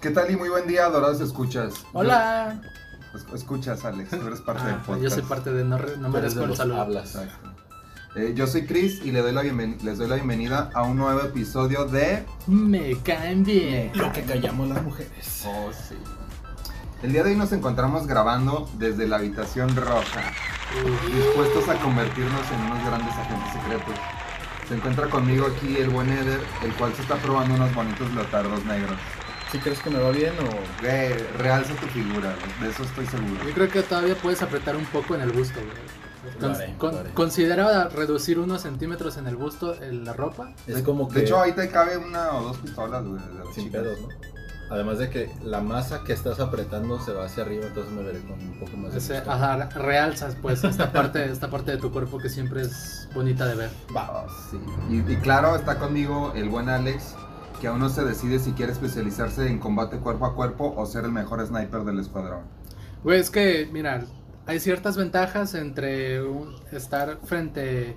¿Qué tal y muy buen día, adorados escuchas? Hola. Es- Pues, Escuchas, Alex, tú eres parte del Ah, podcast. yo soy parte de no, re- no merezco el saludo. Exacto. Eh, yo soy Chris y le doy la bienven- les doy la bienvenida a un nuevo episodio de... Me caen bien. Lo que callamos las mujeres. Oh, sí. El día de hoy nos encontramos grabando desde la habitación roja, dispuestos a convertirnos en unos grandes agentes secretos. Se encuentra conmigo aquí el buen Eder, el cual se está probando unos bonitos leotardos negros. ¿Si crees que me va bien o.? Güey, realza tu figura, güey, de eso estoy seguro. Yo creo que todavía puedes apretar un poco en el busto, güey. Lo Con- haré, con- lo haré. considera reducir unos centímetros en el busto en la ropa. Es como que. De hecho, ahí te cabe una o dos pistolas, güey. de las sin chicas. pedos, ¿no? Además de que la masa que estás apretando se va hacia arriba, entonces me veré con un poco más de. Ese- gusto. ajá, realzas pues esta parte, esta parte de tu cuerpo que siempre es bonita de ver. Ah, sí. Y, y claro, está conmigo el buen Alex, que aún no se decide si quiere especializarse en combate cuerpo a cuerpo o ser el mejor sniper del escuadrón. Güey, es que, mira, hay ciertas ventajas entre un- estar frente,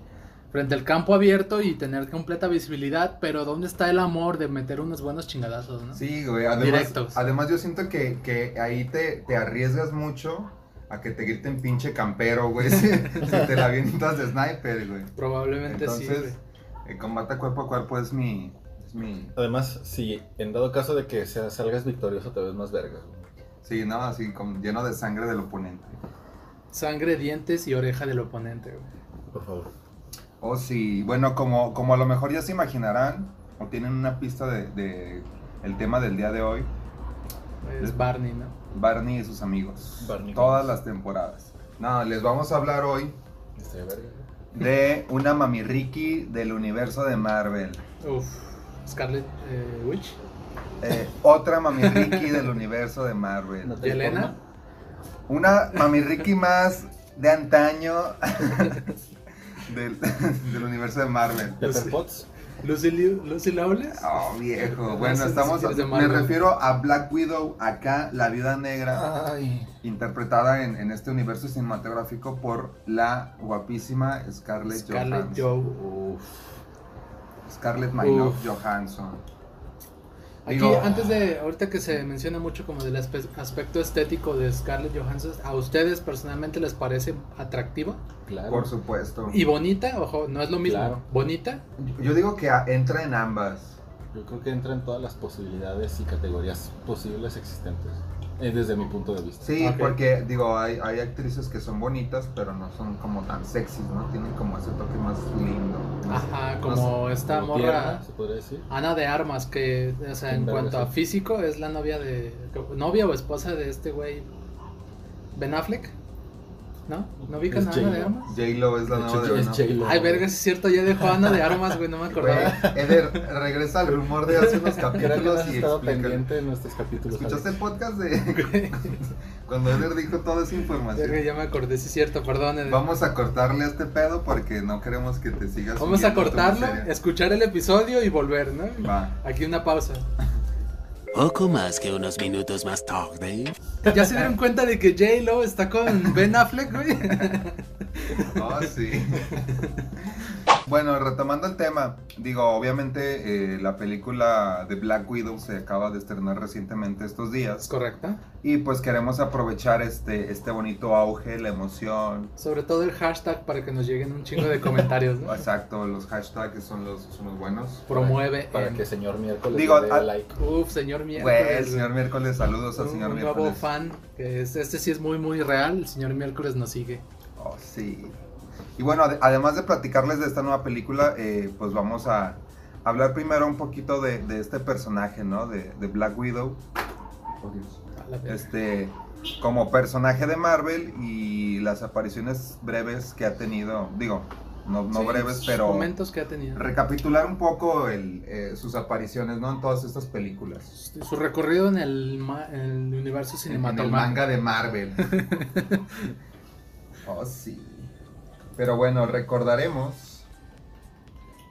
frente al campo abierto y tener completa visibilidad, pero ¿dónde está el amor de meter unos buenos chingadazos, no? Sí, güey. Además, Directos. además yo siento que, que ahí te, te arriesgas mucho a que te griten pinche campero, güey. si, si te la avientas de sniper, güey. Probablemente sí. Entonces, güey. el combate cuerpo a cuerpo es mi... Es mi Además, si en dado caso de que sea- salgas victorioso, te ves más verga. güey. sí, no, así como lleno de sangre del oponente. Sangre, dientes y oreja del oponente, güey. Por favor. Oh, sí. Bueno, como, como a lo mejor ya se imaginarán, o tienen una pista de, de el tema del día de hoy, Es Barney, ¿no? Barney y sus amigos. Barney. Todas las temporadas. No, les vamos a hablar hoy Estoy verga. de una mami Ricky del universo de Marvel. Uf. Scarlet eh, Witch. Eh, otra mami Ricky del universo de Marvel. te ¿Y Elena? Una mami Ricky más de antaño del, del universo de Marvel. Pepper Potts. Lucy, Liu- Lucy Lawless. Oh, viejo. No Bueno, sé estamos. si eres de Me Marvel. refiero a Black Widow, acá, la viuda negra, Ay. interpretada en, en este universo cinematográfico por la guapísima Scarlett, Scarlett Johansson. Joe. Uf. Scarlett My Love Uf. Johansson. Aquí, Digo- antes de, ahorita que se menciona mucho como del aspe- aspecto estético de Scarlett Johansson, ¿a ustedes personalmente les parece atractiva Claro. Por supuesto. y bonita? Ojo, no es lo mismo. Claro. Bonita, Yo digo que a- entra en ambas. Yo creo que entra en todas las posibilidades y categorías posibles existentes. eh, Desde mi punto de vista. Sí, Ok. porque digo, hay, hay actrices que son bonitas, pero no son como tan sexys, ¿no? Tienen como ese toque más lindo. no sé. ajá, no como esta Como morra tierna, se podría decir. Ana de Armas, que, o sea, en Verga, cuanto a sí. físico, es la novia de, novia o esposa de este güey Ben Affleck, ¿no? ¿No ubicas Es a Ana de J-Lo. Armas? J-Lo es la De hecho, nueva de es Venom. J-Lo, Ay, güey. verga, sí es cierto, ya dejó a Ana de Armas, güey, no me Güey, acordaba. Eder, regresa al rumor de hace unos Creo que no capítulos has y estado explica. pendiente de nuestros capítulos. ¿Escuchaste el Alex. podcast de cuando Eder dijo toda esa Verga, información? ya me acordé, sí es cierto, perdón. Eder. Vamos a cortarle este pedo porque no queremos que te sigas. Vamos a hundiendo tú en cortarlo, serio. escuchar el episodio y volver, ¿no? Va. Aquí una pausa. Poco más que unos minutos más tarde. ¿Ya se dieron cuenta de que J-Lo está con Ben Affleck, güey? Oh, sí. bueno, retomando el tema, digo, obviamente eh, la película de Black Widow se acaba de estrenar recientemente estos Es días correcto. y pues queremos aprovechar este, este bonito auge, la emoción, Sobre todo el hashtag para que nos lleguen un chingo de comentarios, ¿no? Exacto, los hashtags son los, son los buenos. Promueve. Para en- que señor miércoles Digo, le dé a- like. Uf, señor miércoles. Güey, el güey. señor miércoles, saludos al pues, Un- señor un nuevo miércoles. fan, que es- este sí es muy, muy real. El señor miércoles nos sigue. Oh, sí. Y bueno, ade- además de platicarles de esta nueva película, eh, pues vamos a hablar primero un poquito de, de este personaje, ¿no? De, de Black Widow. A la verga. Este, como personaje de Marvel y las apariciones breves que ha tenido, digo, no, no Sí, breves, sus pero Momentos que ha tenido. recapitular un poco el, eh, sus apariciones, ¿no? En todas estas películas. Este, Su recorrido en el, ma- en el universo En- En el cinematográfico. manga de Marvel. oh, sí. Pero bueno, recordaremos.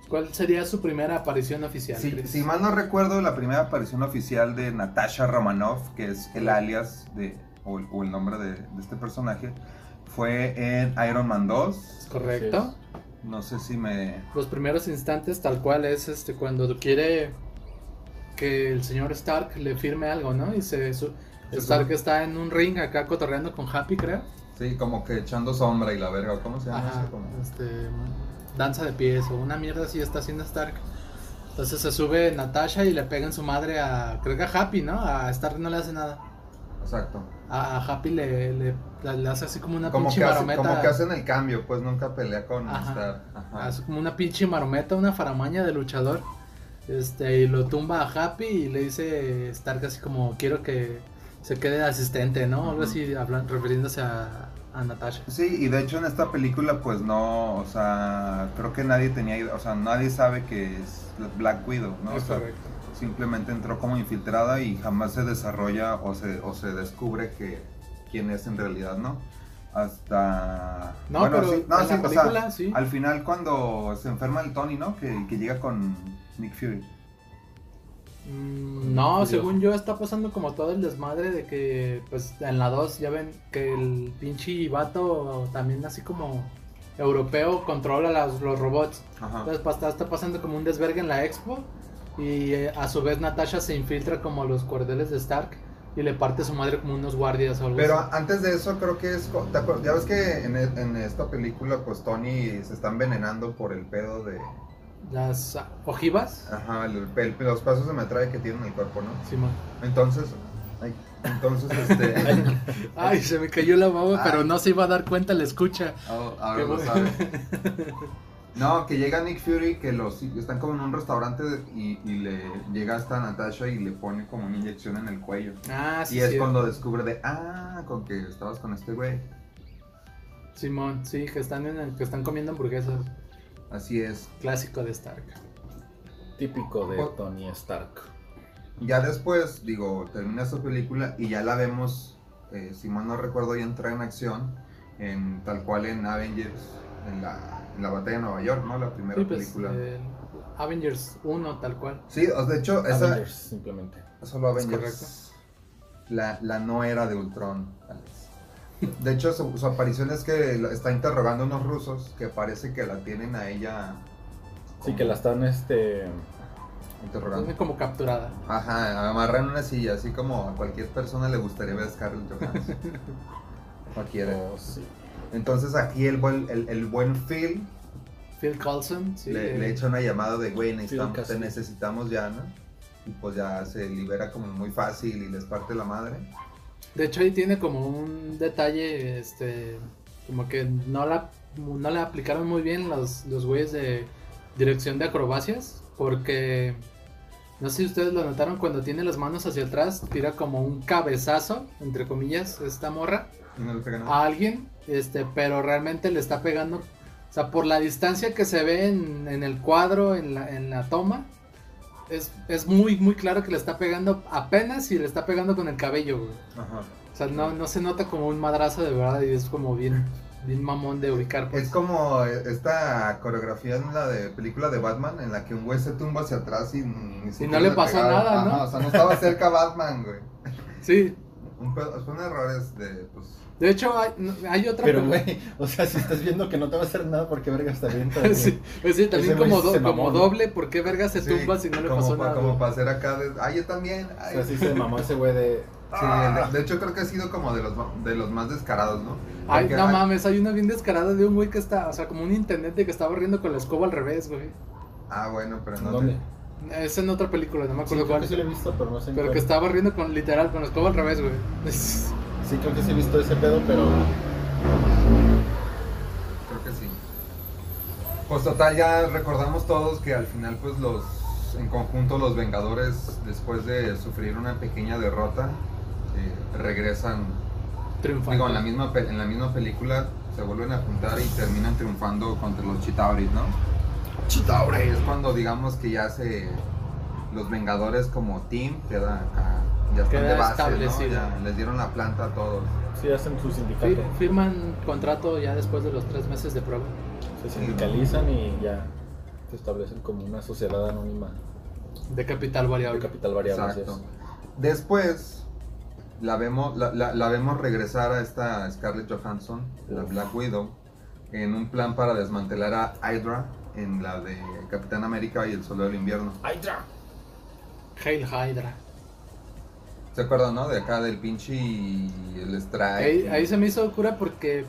¿Cuál sería su primera aparición oficial? Si, Chris? si mal no recuerdo, la primera aparición oficial de Natasha Romanoff, que es el alias de, o, el- o el nombre de, de este personaje, fue en Iron Man 2. ¿Es correcto. No sé si me... Los primeros instantes, tal cual, es este cuando quiere que el señor Stark le firme algo, ¿no? Y se, su- Es Stark un- está en un ring acá cotorreando con Happy, creo. Sí, como que echando sombra y la verga, ¿o ¿cómo se llama? Ajá, eso? Como- este, danza de pies o una mierda así está haciendo Stark. Entonces se sube Natasha y le pega en su madre a, creo que a Happy, ¿no? A Stark no le hace nada. Exacto. A, a Happy le, le, la- le hace así como una Como pinche que, hace- marometa. como que hacen el cambio, pues nunca pelea con Ajá. Stark. Ajá. Hace Ah, como una pinche marometa, una faramaña de luchador. Este, y lo tumba a Happy y le dice Stark así como quiero que se quede de asistente, ¿no? Algo Ujú. así, hablan- refiriéndose a, a Natasha. Sí, y de hecho en esta película pues no, o sea, creo que nadie tenía, idea- o sea, nadie sabe que es Black Widow, ¿no? O sea, simplemente entró como infiltrada y jamás se desarrolla o se, o se descubre que quién es en realidad, ¿no? Hasta... No, bueno, pero sí, no, en sí, la o sea, película, sí. al final cuando se enferma el Tony, ¿no? Que, que llega con Nick Fury. Mm, No, Curioso. según yo está pasando como todo el desmadre de que, pues, en la 2 ya ven que el pinche vato también así como europeo controla las- los robots. Ajá. Entonces pa- está, está pasando como un desvergue en la expo y eh, a su vez Natasha se infiltra como a los cuarteles de Stark y le parte su madre como unos guardias o algo Pero así. antes de eso creo que es... co- ¿te acuer- Ya ves que en, e- en esta película pues Tony se está envenenando por el pedo de... Las ah, ojivas. Ajá, el- el- los pasos de metralla que tiene en el cuerpo, ¿no? Simón. Entonces, ay, entonces, este... Ay, se me cayó la baba, Ah. pero no se iba a dar cuenta la escucha. Oh, ahora Qué lo bueno. sabe. No, que llega Nick Fury, que los están como en un restaurante de- y, y le llega hasta Natasha y le pone como una inyección en el cuello. Ah, sí. y es cierto. cuando descubre de, ah, con que estabas con este güey. Simón, sí, que están, en el- que están comiendo hamburguesas. Así es. Clásico de Stark. Típico de Por- Tony Stark. Ya después, digo, termina esta película y ya la vemos, eh, si mal no recuerdo, ya entra en acción, en tal cual en Avengers, en la, en la batalla de Nueva York, ¿no? La primera Sí, pues, película. eh, Avengers 1, tal cual. Sí, o- de hecho, esa... Avengers, simplemente. Solo correcto. Avengers. La, la no era de Ultron, Alex. De hecho, su, su aparición es que la- está interrogando a unos rusos que parece que la tienen a ella. Sí, como que la están este. Interrogando. como capturada. Ajá, amarran una silla, así como a cualquier persona le gustaría ver a Scarlett Johansson. Cualquiera. oh, sí. Entonces aquí el buen, el, el buen Phil Phil Coulson, sí. le, eh, le echa una llamada de güey, necesitam- Phil te Cassidy. necesitamos ya, ¿no? Y pues ya se libera como muy fácil y les parte la madre. de hecho, ahí tiene como un detalle, este, como que no la, no la aplicaron muy bien los, los güeyes de dirección de acrobacias, porque no sé si ustedes lo notaron, cuando tiene las manos hacia atrás, tira como un cabezazo, entre comillas, esta morra. Y no le pega nada. a alguien, este, pero realmente le está pegando. O sea, por la distancia que se ve en, en el cuadro, en la, en la toma, es, es muy, muy claro que le está pegando apenas y le está pegando con el cabello, güey. Ajá. O sea, no, no se nota como un madrazo de verdad y es como bien, bien mamón de ubicar. Es Pues. como esta coreografía en la de película de Batman en la que un güey se tumba hacia atrás y ni siquiera le le pasó pegaron. nada, ¿no? Ajá, O sea, no estaba cerca Batman, güey. Sí, Un pedo- son errores de, pues... de hecho hay, no, hay otra Pero, película- güey, o sea, si estás viendo que no te va a hacer nada porque verga está bien también. Sí, pues sí, también Ese güey como, se do- como mamó, ¿no? doble, ¿por qué verga se sí, tumba si no le como pasó pa- nada? Como para hacer acá de... Ah, yo también. O ay". sea, sí se mamó ese güey de. Sí, de, de hecho creo que ha sido como de los, ma- de los más descarados, ¿no? Ay, Porque no hay- mames, hay una bien descarada de un güey que está, o sea, como un intendente que está barriendo con la escoba al revés, güey. Ah, bueno, pero no... ¿Dónde? te- Es en otra película, no me Sí, acuerdo creo cuál. que sí lo he visto, pero no sé en Pero cuál. que está barriendo con literal, con la escoba al revés, güey. Sí, creo que sí he visto ese pedo, pero. Creo que sí. Pues total, ya recordamos todos que al final pues los en conjunto los Vengadores después de sufrir una pequeña derrota eh, regresan triunfando. Digo, en la, misma, pe- en la misma película se vuelven a juntar y terminan triunfando contra los Chitauris, ¿no? Chitauri. Es cuando digamos que ya se. Los Vengadores como team queda acá. Ya están Queda de base, ¿no? establecido. Ya les dieron la planta a todos. Sí, hacen su Fir- sindicato. firman contrato ya después de los tres meses de prueba. Se sindicalizan y ya se establecen como una sociedad anónima De capital de variable. capital variable. así Exacto. Después la vemos, la, la- la vemos regresar a esta Scarlett Johansson, la Black Widow, en un plan para desmantelar a Hydra en la de Capitán América y el Sol del Invierno. Hail Hydra. ¿Se acuerdan, no? De acá del pinche y el Strike. Ahí, ahí se me hizo cura porque,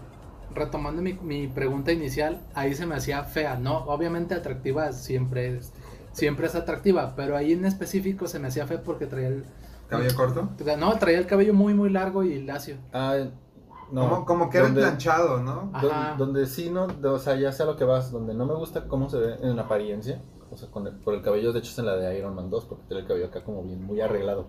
retomando mi, mi pregunta inicial, ahí se me hacía fea, ¿no? Obviamente atractiva siempre es, siempre es atractiva, pero ahí en específico se me hacía fea porque traía el... ¿Cabello corto? No, traía el cabello muy, muy largo y lacio. Ah, no. como, como que era el donde- planchado, ¿no? Ah. don- Ajá. Donde sí, no, de- o sea, ya sea lo que vas, donde no me gusta cómo se ve en apariencia, o sea, con el- por el cabello, de hecho es en la de Iron Man 2, porque tiene el cabello acá como bien, muy arreglado.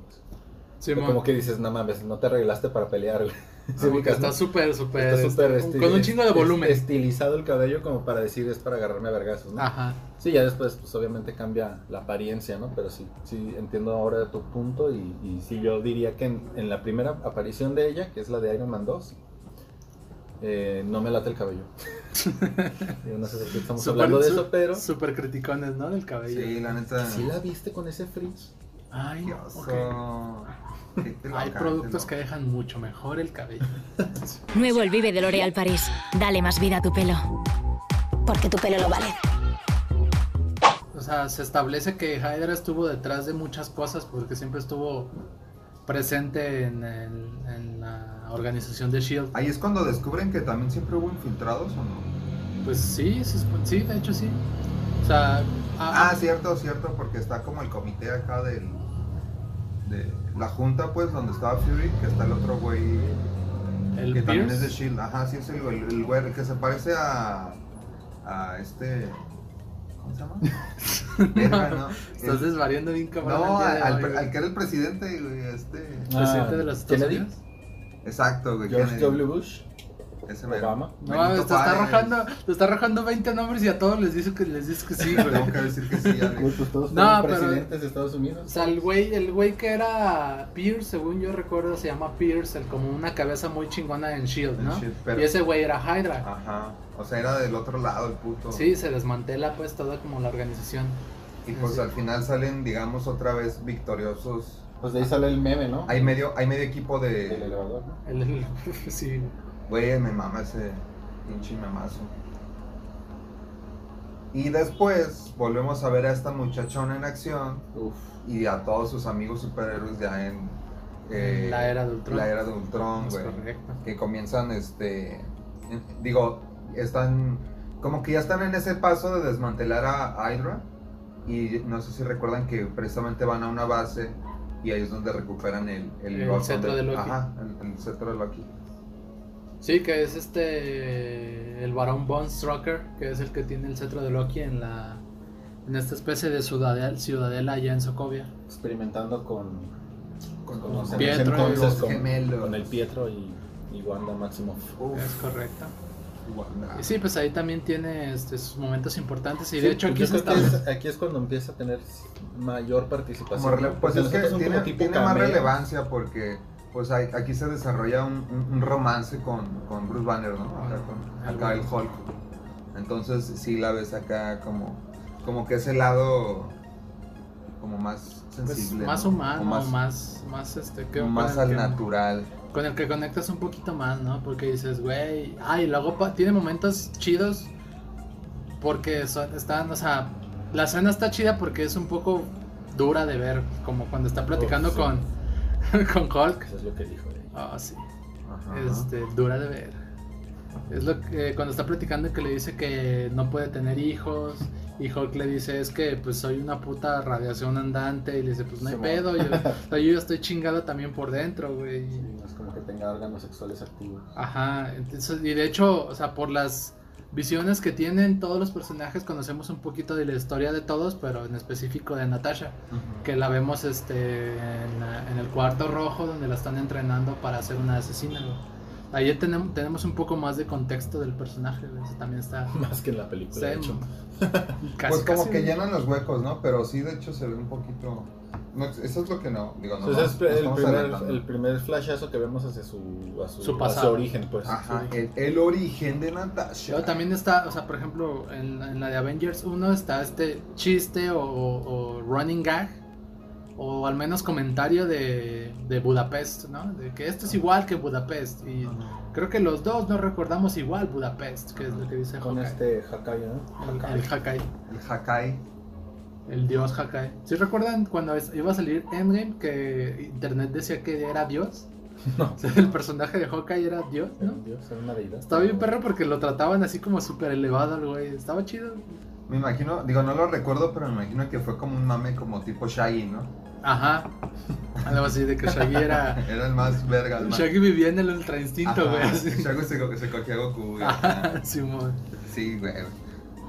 Pero como que dices, no mames, no te arreglaste para pelear, güey. Sí, como que ubicas, ¿no? Ah, está súper, súper... este, Está súper con- esti- Con un chingo de est- volumen. Estilizado el cabello como para decir es para agarrarme a vergazos, ¿no? Ajá. Sí, ya después, pues obviamente cambia la apariencia, ¿no? Pero sí, sí entiendo ahora tu punto y, y sí, yo diría que en, en la primera aparición de ella, que es la de Iron Man 2, eh, no me late el cabello. Yo no sé por qué estamos Súper- hablando de su- eso, pero... Súper criticones, ¿no? Del cabello. Sí, la neta. ¿Sí la viste con ese frizz? Ay, Qué ok. oso. Sí, te lo Hay acá, productos que te lo- dejan mucho mejor el cabello. Nuevo el Vive de L'Oréal París. Dale más vida a tu pelo. Porque tu pelo lo vale. O sea, se establece que Hydra estuvo detrás de muchas cosas porque siempre estuvo presente en, el- en la organización de Shield. Ahí es cuando descubren que también siempre hubo infiltrados o no. Pues sí, sí, sí, de hecho sí. O sea, a- Ah, cierto, cierto, porque está como el comité acá del. De la junta, pues, donde estaba Fury, que está el otro güey el que también es de Pierce, Shield. Ajá, sí, es el, el- el güey el que se parece a. a este. ¿Cómo se llama? Verga, ¿no? El- estás desvariando bien cabrón. no, el día al, de al hoy, Ah, pre- güey. al que era el presidente, güey, este. presidente de los Estados Kennedy. Unidos. Exacto, güey. George Kennedy. W. Bush, Ese mero. Obama. No, Benito te está Juárez. arrojando, te está arrojando 20 nombres y a todos les dices que les dices que sí, güey. Tengo que decir que sí, Güey, Alex. pues todos No, fueron pero- presidentes de Estados O Unidos. sea, el güey, el güey que era Pierce, según yo recuerdo, se llama Pierce, el, como una cabeza muy chingona en Shield, En E ¿no? Shield, pero- Ah, Y ese güey era Hydra. Ajá. O sea, era del otro lado el puto. Sí, se desmantela pues toda como la organización. Y pues Sí. al final salen, digamos, otra vez victoriosos. Pues de ahí sale el meme, ¿no? Hay medio, hay medio equipo El de. elevador, ¿no? El- el- sí. Güey, me mama ese pinche mamazo. Y después volvemos a ver a esta muchachona en acción Uf. y a todos sus amigos superhéroes ya en. eh, La era de Ultron. La era de Ultron, Es güey. correcto. que comienzan este en- digo están como que ya están en ese paso de desmantelar a Hydra y no sé si recuerdan que precisamente van a una base y ahí es donde recuperan el el, El botón cetro de Loki. ajá el, el cetro de Loki Sí, que es este el varón Bone Strucker, que es el que tiene el cetro de Loki en la en esta especie de ciudadela, ciudadela allá en Sokovia. Experimentando con con, Con los Pietro y entonces, los con- gemelos. Con el Pietro y, y Wanda Maximoff. Es Uf, Ah. correcto. Wanda. Y sí, pues ahí también tiene este, sus momentos importantes y de Sí, hecho aquí pues se yo creo que establece. es- aquí es cuando empieza a tener mayor participación. Como rele- ¿no? pues Porque es que nosotros son tiene, como tipo tiene más cameos. relevancia porque pues hay- aquí se desarrolla un, un- un romance con, con Bruce Banner, ¿no? Acá, con- acá el Hulk. Entonces sí la ves acá como, como que ese lado como más Pues, sensible. más ¿no? humano, O más, más, más, este, que- más con el al que- natural. Con el que conectas un poquito más, ¿no? Porque dices, güey, ay, luego pa- tiene momentos chidos porque son- están, o sea, la escena está chida porque es un poco dura de ver, como cuando está platicando Oh, sí. con, con Hulk. Eso es lo que dijo. ella. Ah, sí. Ajá. Este, dura de ver. Es lo que cuando está platicando que le dice que no puede tener hijos y Hulk le dice es que pues soy una puta radiación andante y le dice pues no hay Simón. pedo, yo, o sea, yo ya estoy chingado también por dentro, güey. Sí, no es como que tenga órganos sexuales activos. Ajá, entonces, y de hecho, o sea, por las visiones que tienen todos los personajes conocemos un poquito de la historia de todos, pero en específico de Natasha, Ujú. que la vemos este en, la- en el cuarto rojo donde la están entrenando para ser una asesina. güey. Ahí tenemos, tenemos un poco más de contexto del personaje, güey, eso también está... Más que en la película, de Sí. hecho. casi, pues como casi, que ¿no? llenan los huecos, ¿no? Pero sí, de hecho, se ve un poquito... no, eso es lo que no, digo, no. Entonces no, es el estamos primer, adelantando. el primer flashazo que vemos hacia su, a su, Su a pasado. origen, pues. Ajá, el, el origen de Natasha. Pero también está, o sea, por ejemplo, en, en la de Avengers 1 está este chiste o, o- o running gag, o al menos comentario de, de Budapest, ¿no? De que esto es igual que Budapest. Y creo que los dos no recordamos igual Budapest, que es lo que dice Con Hawkeye. este Hawkeye, ¿no? El, el Hawkeye, El Hakai. el dios Hawkeye. ¿Sí recuerdan cuando es- iba a salir Endgame que internet decía que era dios? No. El personaje de Hawkeye era dios, ¿no? Dios, era una deidad. Estaba bien perro porque lo trataban así como súper elevado al güey. Estaba chido. Me imagino, digo, no lo recuerdo, pero me imagino que fue como un mame como tipo Shaggy, ¿no? Ajá. Algo así de que Shaggy era. Era el más verga, el más... Shaggy vivía en el ultra instinto, Ajá, güey. así. Shaggy se, co- se cogía a Goku, güey. Ajá, Simón. Sí, güey.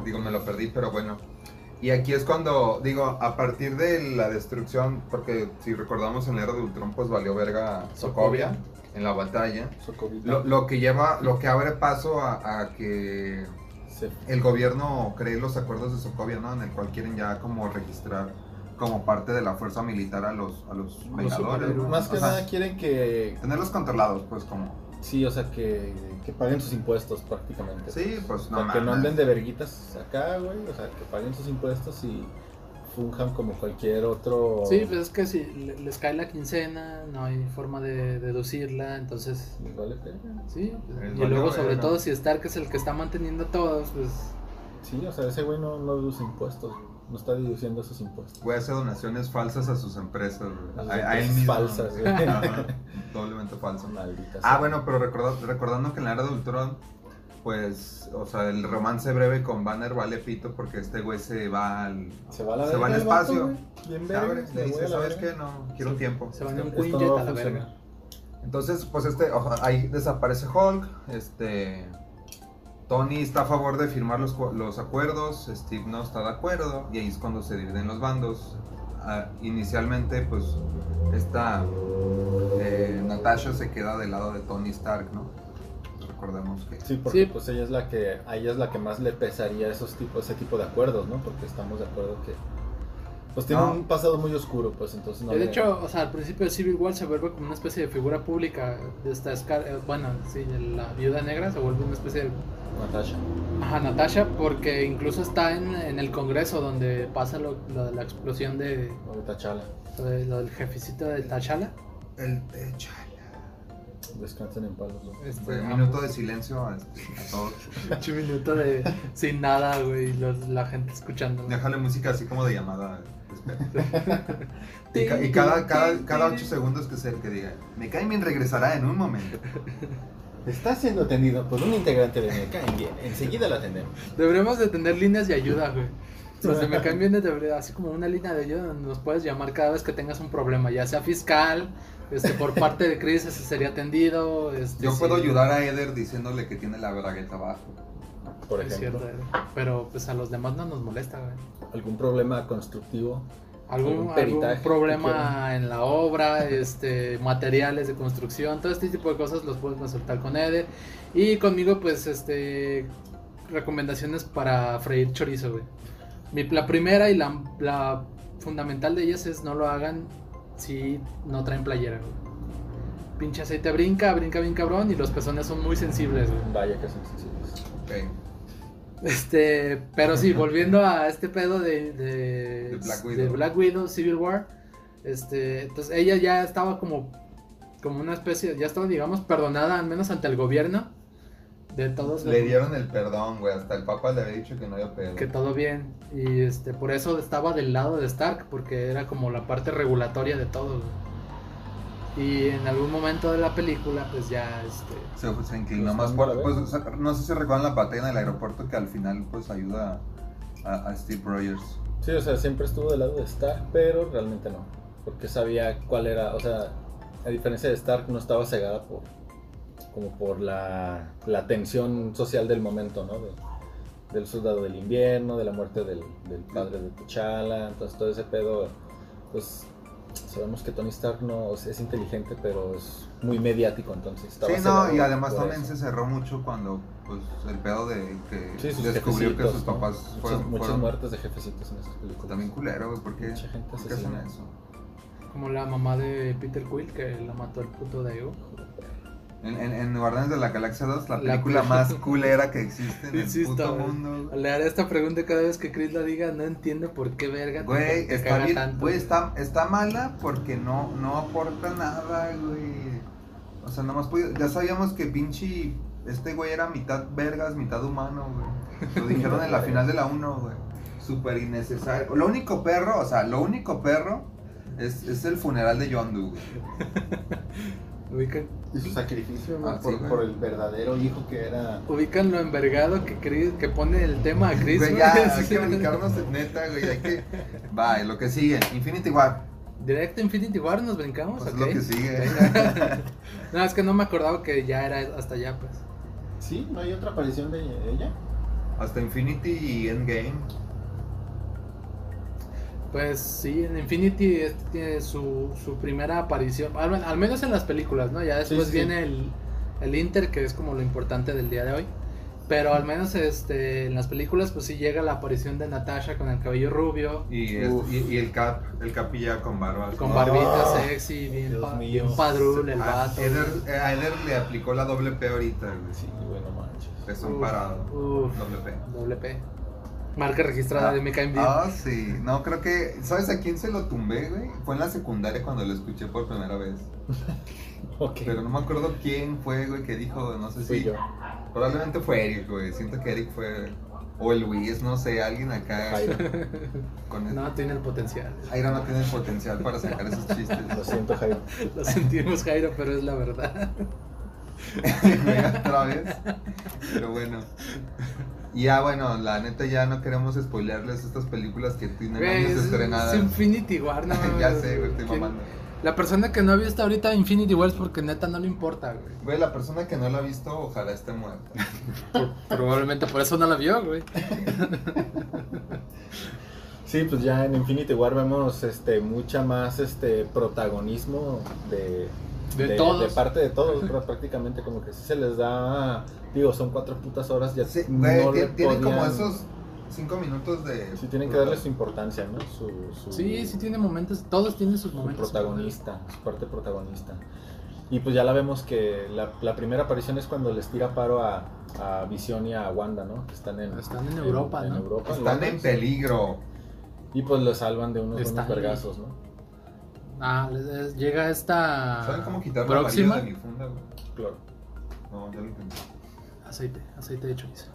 Digo, me lo perdí, pero bueno. Y aquí es cuando, digo, a partir de la destrucción, porque si recordamos en la era de Ultron, pues valió verga Sokovia en la batalla. Sokovita. Lo, lo que lleva, lo que abre paso a, a que Se- el gobierno cree los acuerdos de Sokovia, ¿no? En el cual quieren ya como registrar como parte de la fuerza militar a los, a los vengadores. superhéroes. ¿no? Más que O sea, nada quieren que... Tenerlos controlados, pues como. Sí, o sea, que, que paguen sus impuestos prácticamente. Sí, pues O no. sea, que no mames. anden de verguitas acá, güey. O sea, que paguen sus impuestos y funjan como cualquier otro... Sí, pues es que si le- les cae la quincena, no hay forma de deducirla, entonces. Les Pues, vale verga. Sí, pues, Les y valió luego sobre verga. todo si Stark es el que está manteniendo a todos, pues Sí, o sea, ese güey no, no deduce impuestos. güey. No está deduciendo sus impuestos. Güey, hace donaciones falsas a sus empresas, A güey. sus A, a él empresas mismo. falsas, güey. Ajá, Doblemente falso. Maldita Ah, sea. bueno, pero recorda- recordando que en la era de Ultron, pues, o sea, el romance breve con Banner vale pito porque este güey se va al. Se va a la se va verga al el vato, espacio. güey. Bien se abre, verga, le me voy dice, a la ¿sabes verga". qué? No, quiero un tiempo. se van en un Esto no Quinjet va a a la funcionar. verga. Entonces, pues este, o sea, ahí desaparece Hulk, este. Tony está a favor de firmar los, cu- los acuerdos, Steve no está de acuerdo, y ahí es cuando se dividen los bandos. Ah, inicialmente, pues, esta eh, Natasha se queda del lado de Tony Stark, ¿no? Recordemos que... Sí, porque Sí. pues ella es la que a ella es la que más le pesaría esos tipos, ese tipo de acuerdos, ¿no? Porque estamos de acuerdo que pues tiene No. un pasado muy oscuro, pues entonces no. Y de le- hecho, o sea, al principio de Civil War se vuelve como una especie de figura pública de esta Scar- eh, bueno, sí, la viuda negra se vuelve una especie de Natasha. Ajá, Natasha, porque incluso está en, en el Congreso donde pasa lo, lo de la explosión de, o de T'Challa. lo de- lo del jefecito de Tachala. El techo. Descansen en paz. los dos. Este, Un ah, minuto de silencio a, este, a todos. pinche minuto de sin nada, güey, y los- la gente escuchando. Déjale música así como de llamada. de espera. Y, ca- y cada, cada, cada ocho segundos que se que diga, me cae bien regresará en un momento. Está siendo atendido por un integrante de Mecaen bien. Enseguida la atendemos. Deberíamos de tener líneas de ayuda, güey. O sea, me cambien de verdad, así como una línea de ayuda donde nos puedes llamar cada vez que tengas un problema, ya sea fiscal, este, por parte de Chris, ese sería atendido. Este, Yo sí. puedo ayudar a Eder diciéndole que tiene la bragueta abajo. Por Es ejemplo, cierto, pero pues a los demás no nos molesta, güey. algún problema constructivo. algún, Algún algún peritaje que problema en la obra, este, materiales de construcción, todo este tipo de cosas los puedes consultar con Ede. Y conmigo, pues, este, recomendaciones para freír chorizo, güey. Mi- la primera y la, la fundamental de ellas es no lo hagan si no traen playera, güey. Pinche aceite brinca, brinca bien cabrón y los pezones son muy sensibles, güey. Vaya que son sencillos. Ok. Este, pero sí, volviendo a este pedo de, de, De Black de Widow. Black Widow, Civil War. Este, entonces ella ya estaba como, como una especie, ya estaba, digamos, perdonada, al menos ante el gobierno, de todos. Le dieron el perdón, güey. Hasta el papá le había dicho que no había perdón. Que todo bien. Y este, por eso estaba del lado de Stark, porque era como la parte regulatoria de todo. güey. Y en algún momento de la película, pues ya, este, Se, se inclinó Pues, más por... vamos a Pues, ver. o sea, no sé si recuerdan la patena del aeropuerto que al final pues ayuda a, a Steve Rogers. Sí, o sea, siempre estuvo del lado de Stark, pero realmente no. Porque sabía cuál era, o sea, a diferencia de Stark, no estaba cegada por como por la, la tensión social del momento, ¿no? De- del soldado del invierno, de la muerte del, del padre de T'Challa, entonces todo ese pedo, pues Sabemos que Tony Stark no es inteligente, pero es muy mediático, entonces. estaba Sí, no, celado y además por también eso. se cerró mucho cuando pues el pedo de que Sí, sus descubrió que jefecitos, sus ¿no? papás Muchas- fueron, Muchas fueron- muertes de jefecitos en esas películas. también culero, güey, ¿por qué, Mucha gente por qué hacen asesina. eso? Como la mamá de Peter Quill que la mató el puto de Ego. En, en, en Guardianes de la Galaxia 2, la La película pe- más culera que existe en el Insisto, puto güey. mundo. güey. Le haré esta pregunta cada vez que Chris la diga, no entiendo por qué verga. te- Güey, te está caga bien, pues. tanto, güey, está, está mala porque no, no aporta nada, güey. O sea, nomás pudi- ya sabíamos que pinche este güey era mitad vergas, mitad humano, güey. Lo dijeron en la final de la 1, güey. Súper innecesario. Lo único perro, o sea, lo único perro es, es el funeral de Yondu, güey. Ubican, Y su sacrificio ¿no? Ah, sí, por, güey. por el verdadero hijo que era. ubican lo envergado que Chris, que pone el tema a Chris. Güey, ¿no? ya, Sí. hay que brincarnos, neta, güey, hay que... Va, y lo que sigue, Infinity War. Directo a Infinity War nos brincamos. Pues es Ok. lo que sigue. no, es que no me acordaba que ya era hasta allá, pues. ¿Sí? ¿No hay otra aparición de ella? Hasta Infinity y Endgame. Pues sí, en Infinity este tiene su, su primera aparición, al, al menos en las películas, ¿no? Ya después sí. viene el, el Inter, que es como lo importante del día de hoy. Pero al menos este, en las películas, pues sí llega la aparición de Natasha con el cabello rubio, Y, este- Uf. y, y el Cap, el Capilla con barba. con No, barbita Ah, sexy, bien, Dios pa- mío. bien padrul el A vato. Eder, eh, a Eder le aplicó la doble P ahorita, güey. Sí, bueno, manches. Pezón Uf, parado. uf, Doble P. doble P. Marca registrada de MKMD. Ah, sí. No, creo que. ¿Sabes a quién se lo tumbé, güey? Fue en la secundaria cuando lo escuché por primera vez. Ok. Pero no me acuerdo quién fue, güey, que dijo, no sé Fui si. yo. Probablemente fue Eric, güey. Siento que Eric fue. O el Luis, no sé, alguien acá. Jairo. Con el... No, tiene el potencial. Jairo no tiene el potencial para sacar esos chistes. Lo siento, Jairo. Lo sentimos, Jairo, pero es la verdad. Güey, otra vez. Pero bueno. Y Ya bueno, la neta ya no queremos spoilearles estas películas que tienen Güey, años es, estrenadas. es Infinity War, no ya mames, sé, güey, estoy ¿quién? mamando. La persona que no ha visto ahorita Infinity War es porque neta no le importa, güey. Güey, la persona que no la ha visto, ojalá esté muerta. Probablemente por eso no la vio, güey. Sí, pues ya en Infinity War vemos este mucha más este protagonismo de, De todos. de parte de todos, pero prácticamente como que sí se les da, digo, son cuatro putas horas ya. Sí, no güey, le tie- tienen como podían- esos cinco minutos de. Sí, tienen que darle su importancia, ¿no? Su, su- Sí, sí tiene momentos, todos tienen sus su momentos. protagonista, su parte protagonista. Y pues ya la vemos que la, la primera aparición es cuando les tira paro a, a Visión y a Wanda, ¿no? Que están en, Están en Europa, en ¿no? Europa, en Están en Londres. peligro. Y pues lo salvan de unos Están- buenos vergazos, ¿no? Ah, les- les llega Ah. esta ¿Saben cómo quitar la próxima. amarillo de mi funda, güey? Claro. No, ya lo intenté. Aceite, aceite de chorizo.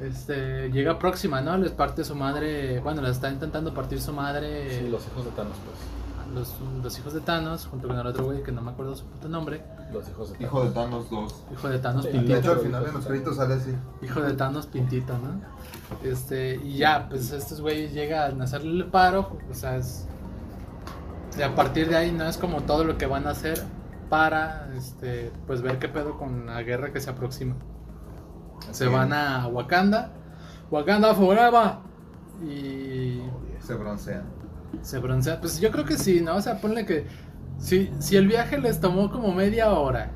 Este, llega próxima, ¿no? Les parte su madre, bueno, les está intentando partir su madre. Sí, los hijos de Thanos, pues. los, los hijos de Thanos, junto con el otro güey que no me acuerdo su puto nombre, Los hijos de Thanos. Hijo de Thanos 2. hijo de Thanos Sí, De Pintito, hecho, al final de los créditos sale así. hijo de Thanos Pintito, ¿no? Este, y ya, pues estos güeyes llegan a hacerle el paro, o sea, es, y a partir de ahí no es como todo lo que van a hacer para, este, pues ver qué pedo con la guerra que se aproxima. Se Así van es. a Wakanda, Wakanda forever, y Se broncean. Se broncea. Pues yo creo que sí, ¿no? O sea, ponle que. Si, si el viaje les tomó como media hora,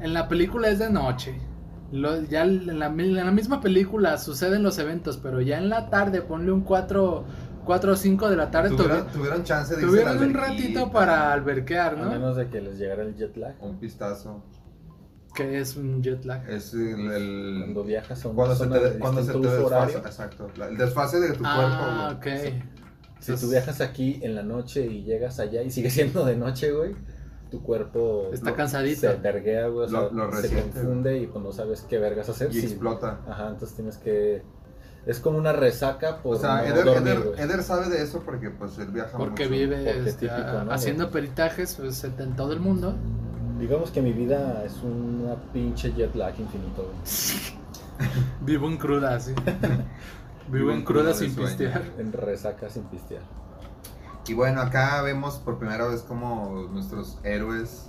en la película es de noche. lo- ya en la, en la misma película suceden los eventos, pero ya en la tarde, ponle un 4, 4 o 5 de la tarde. Tuvieron, tuvi- tuvieron chance de irse a la tuvieron un alberquita, ratito para alberquear, A ¿no? menos de que les llegara el jet lag. Un pistazo. Que es un jet lag. Es el. el- Cuando viajas a una Mm. cuando se zona te, de cuando se te distinto desfase. uso horario. Exacto. la- el desfase de tu cuerpo. Ah, ok. güey. Si tú viajas aquí en la noche y llegas allá y sigue siendo de noche, güey, tu cuerpo Está lo- cansadito. se verguea, güey, o sea, Lo- lo se resiente, confunde y pues no sabes qué vergas hacer. Y sí. explota. Ajá, entonces tienes que es como una resaca por O sea, no Eder, dormir, Eder- güey. Eder sabe de eso porque pues él viaja Porque mucho. vive Porque este, típico, a- ¿no? haciendo peritajes pues, en todo el mundo. Digamos que mi vida es una pinche jet lag infinito, güey. Vivo en cruda, sí. Vivo en cruda sin de sueño. pistear. en resaca sin pistear. Y bueno, acá vemos por primera vez como nuestros héroes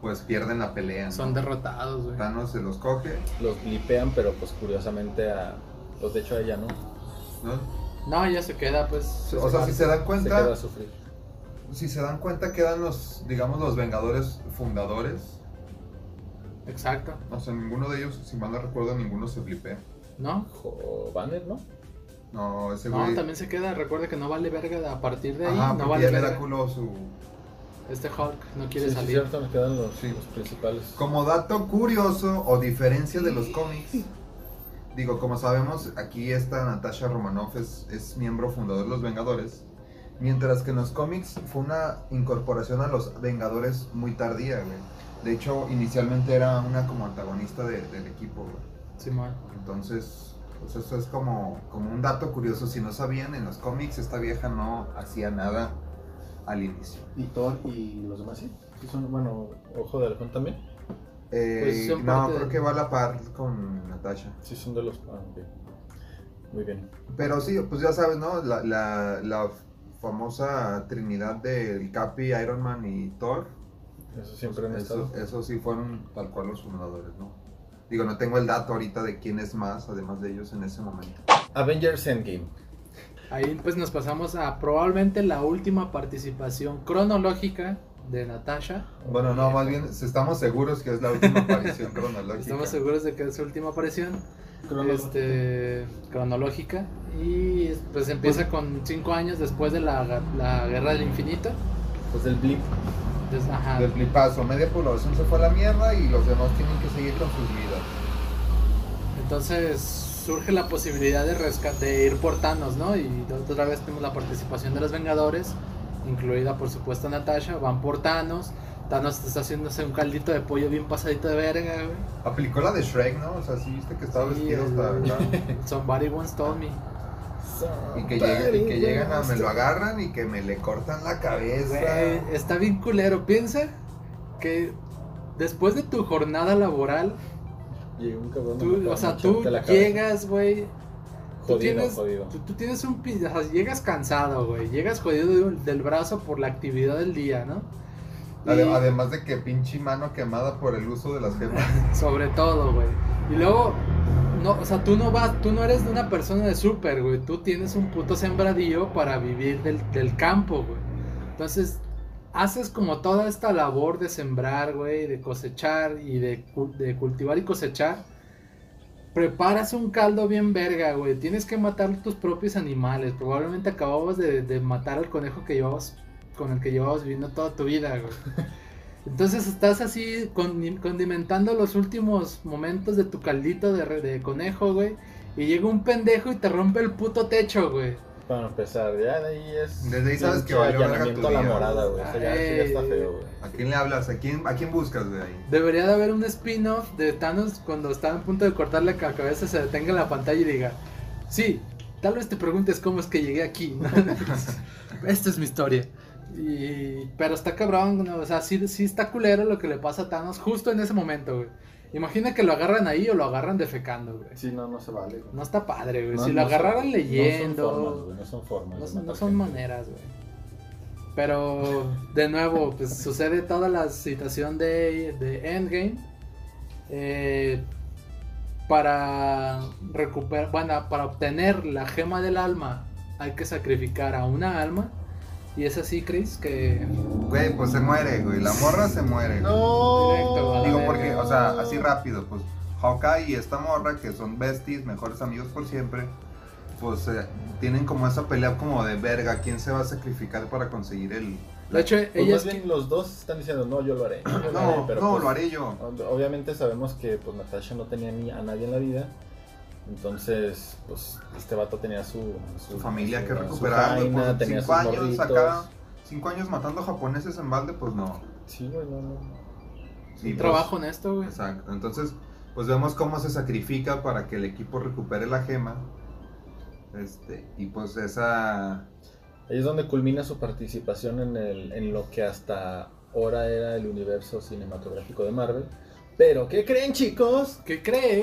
pues pierden la pelea. ¿no? Son derrotados, güey. Thanos se los coge, Los blipean, pero pues curiosamente a los de hecho a ella, ¿no? ¿no? No, ya se queda, pues. O sea, si se dan Se cuenta, queda a sufrir. si se dan cuenta, quedan los, digamos, los Vengadores fundadores. Exacto. O sea, ninguno de ellos, si mal no recuerdo, ninguno se flipea. ¿No? Jo- Banner, ¿no? No, ese No, güey. también se queda. Recuerda que no vale verga a partir de ahí. Ajá, no porque vale ya le verga. da culo su. Este Hulk no quiere Sí, sí, salir. cierto, me quedan los, Sí. los principales. Como dato curioso o diferencia de los cómics, digo, como sabemos, aquí esta Natasha Romanoff es, es miembro fundador de los Vengadores, mientras que en los cómics fue una incorporación a los Vengadores muy tardía, güey. De hecho, inicialmente era una como antagonista de- del equipo, güey. Simón. Entonces, pues eso es como, como un dato curioso. Si no sabían, en los cómics esta vieja no hacía nada al inicio. Y Thor y los demás, sí. Sí, son, bueno, Ojo de Halcón también. Eh, Pues son no, parte creo de- que va a la par con Natasha. Sí, son de los. ah, ok. Muy bien. Pero sí, pues ya sabes, ¿no? La, la, la famosa trinidad del Capi, Iron Man y Thor. Eso siempre han estado. Eso, eso sí fueron tal cual los fundadores, ¿no? Digo, no tengo el dato ahorita de quién es más, además de ellos en ese momento. Avengers Endgame. Ahí pues nos pasamos a probablemente la última participación cronológica de Natasha. Bueno, no, más bien estamos seguros que es la última aparición cronológica. Estamos seguros de que es su última aparición. Crono- este, cronológica y pues empieza con 5 años después de la, ga- la guerra del infinito. Pues del Blip. Entonces, ajá, Del flipazo, media población se fue a la mierda y los demás tienen que seguir con sus vidas. entonces surge la posibilidad de, resca- de ir por Thanos, ¿no? Y de otra vez tenemos la participación de los Vengadores, incluida por supuesto Natasha, van por Thanos. Thanos está haciéndose un caldito de pollo bien pasadito de verga, güey. Aplicó la de Shrek, ¿no? O sea, sí viste que estaba Sí, vestido hasta... el- acá. Somebody once told me. Y que, llegue- y que llegan a me lo agarran y que me le cortan la cabeza. Güey, está bien culero. Piensa que después de tu jornada laboral, Llegó un cabrón. a tú, matar o sea, un tú chante a la cabeza. llegas, güey. Tú Jodido, tienes, jodido. tú, tú tienes un. pin- o sea, llegas cansado, güey. Llegas jodido de un- del brazo por la actividad del día, ¿no? Ade- Y Además de que pinche mano quemada por el uso de las gemas. sobre todo, güey. Y luego. No, o sea, tú no vas, tú no eres una persona de súper, güey. Tú tienes un puto sembradío para vivir del, del campo, güey. Entonces, haces como toda esta labor de sembrar, güey, de cosechar y de, cu- de cultivar y cosechar. Preparas un caldo bien verga, güey. Tienes que matar tus propios animales. Probablemente acababas de, de matar al conejo que llevabas, con el que llevabas viviendo toda tu vida, güey. Entonces estás así condi- condimentando los últimos momentos de tu caldito de, re- de conejo, güey. Y llega un pendejo y te rompe el puto techo, güey. Para empezar, ya de ahí es. Desde ahí sabes que pinche valió verga allanamiento tu a la día. morada, güey. O sea, ya, sí, ya está Ay. feo, güey. ¿A quién le hablas? ¿A quién, a quién buscas de ahí? Debería de haber un spin-off de Thanos cuando está a punto de cortarle la cabeza, se detenga en la pantalla y diga, sí, tal vez te preguntes cómo es que llegué aquí. ¿no? Esta es mi historia. Y- pero está cabrón, ¿no? o sea, sí, sí está culero lo que le pasa a Thanos justo en ese momento, güey. Imagina que lo agarran ahí o lo agarran defecando, güey. Sí, no, no se vale. güey. No está padre, güey. No, si no lo son- agarraran No son formas, leyendo. güey. No son formas. No de son, no matar son gente. maneras, güey. Pero, de nuevo, pues sucede toda la situación de, de Endgame. eh, para recuperar. Bueno, para obtener la gema del alma, hay que sacrificar a una alma. Y es así, Chris, que. Güey, pues se muere, güey. La morra se muere. güey. No. Directo, a la Oh, Digo, verga. porque, o sea, así rápido, pues Hawkeye y esta morra, que son besties, mejores amigos por siempre, pues eh, tienen como esa pelea como de verga. ¿Quién se va a sacrificar para conseguir el. De hecho, Pues ella más es. bien los dos están diciendo, no, yo lo haré. yo lo haré", No, pero no, pues, lo haré yo. ob- Obviamente sabemos que pues Natasha no tenía ni a nadie en la vida. Entonces, pues este vato tenía su, Su familia que pues, su recuperar. güey, jaina, pues, tenía Cinco sus años morritos. acá. Cinco años matando japoneses en balde, pues no. Sí, güey, no, no. Sí, pues, Trabajo en esto, güey. Exacto. Entonces, pues vemos cómo se sacrifica para que el equipo recupere la gema. Este, y pues esa. Ahí es donde culmina su participación en, el, en lo que hasta ahora era el universo cinematográfico de Marvel. Pero, ¿qué creen, chicos? ¿Qué creen?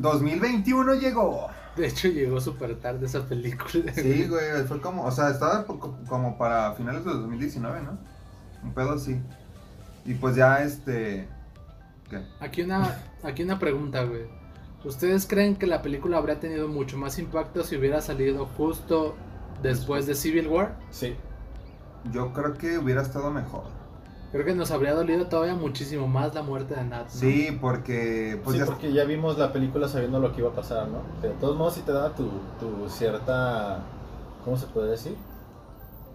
2021 llegó. De hecho, llegó súper tarde esa película. Sí, güey, fue como, o sea, estaba po- co- como para finales de 2019, ¿no? Un pedo así. Y pues ya este ¿qué? Aquí una, aquí una pregunta, güey. ¿Ustedes creen que la película habría tenido mucho más impacto si hubiera salido justo después de Civil War? Sí. Yo creo que hubiera estado mejor. Creo que nos habría dolido todavía muchísimo más la muerte de Nat. ¿no? Sí, porque pues sí, ya porque ya vimos la película sabiendo lo que iba a pasar, ¿no? De todos modos, sí te daba tu, tu cierta. ¿Cómo se puede decir?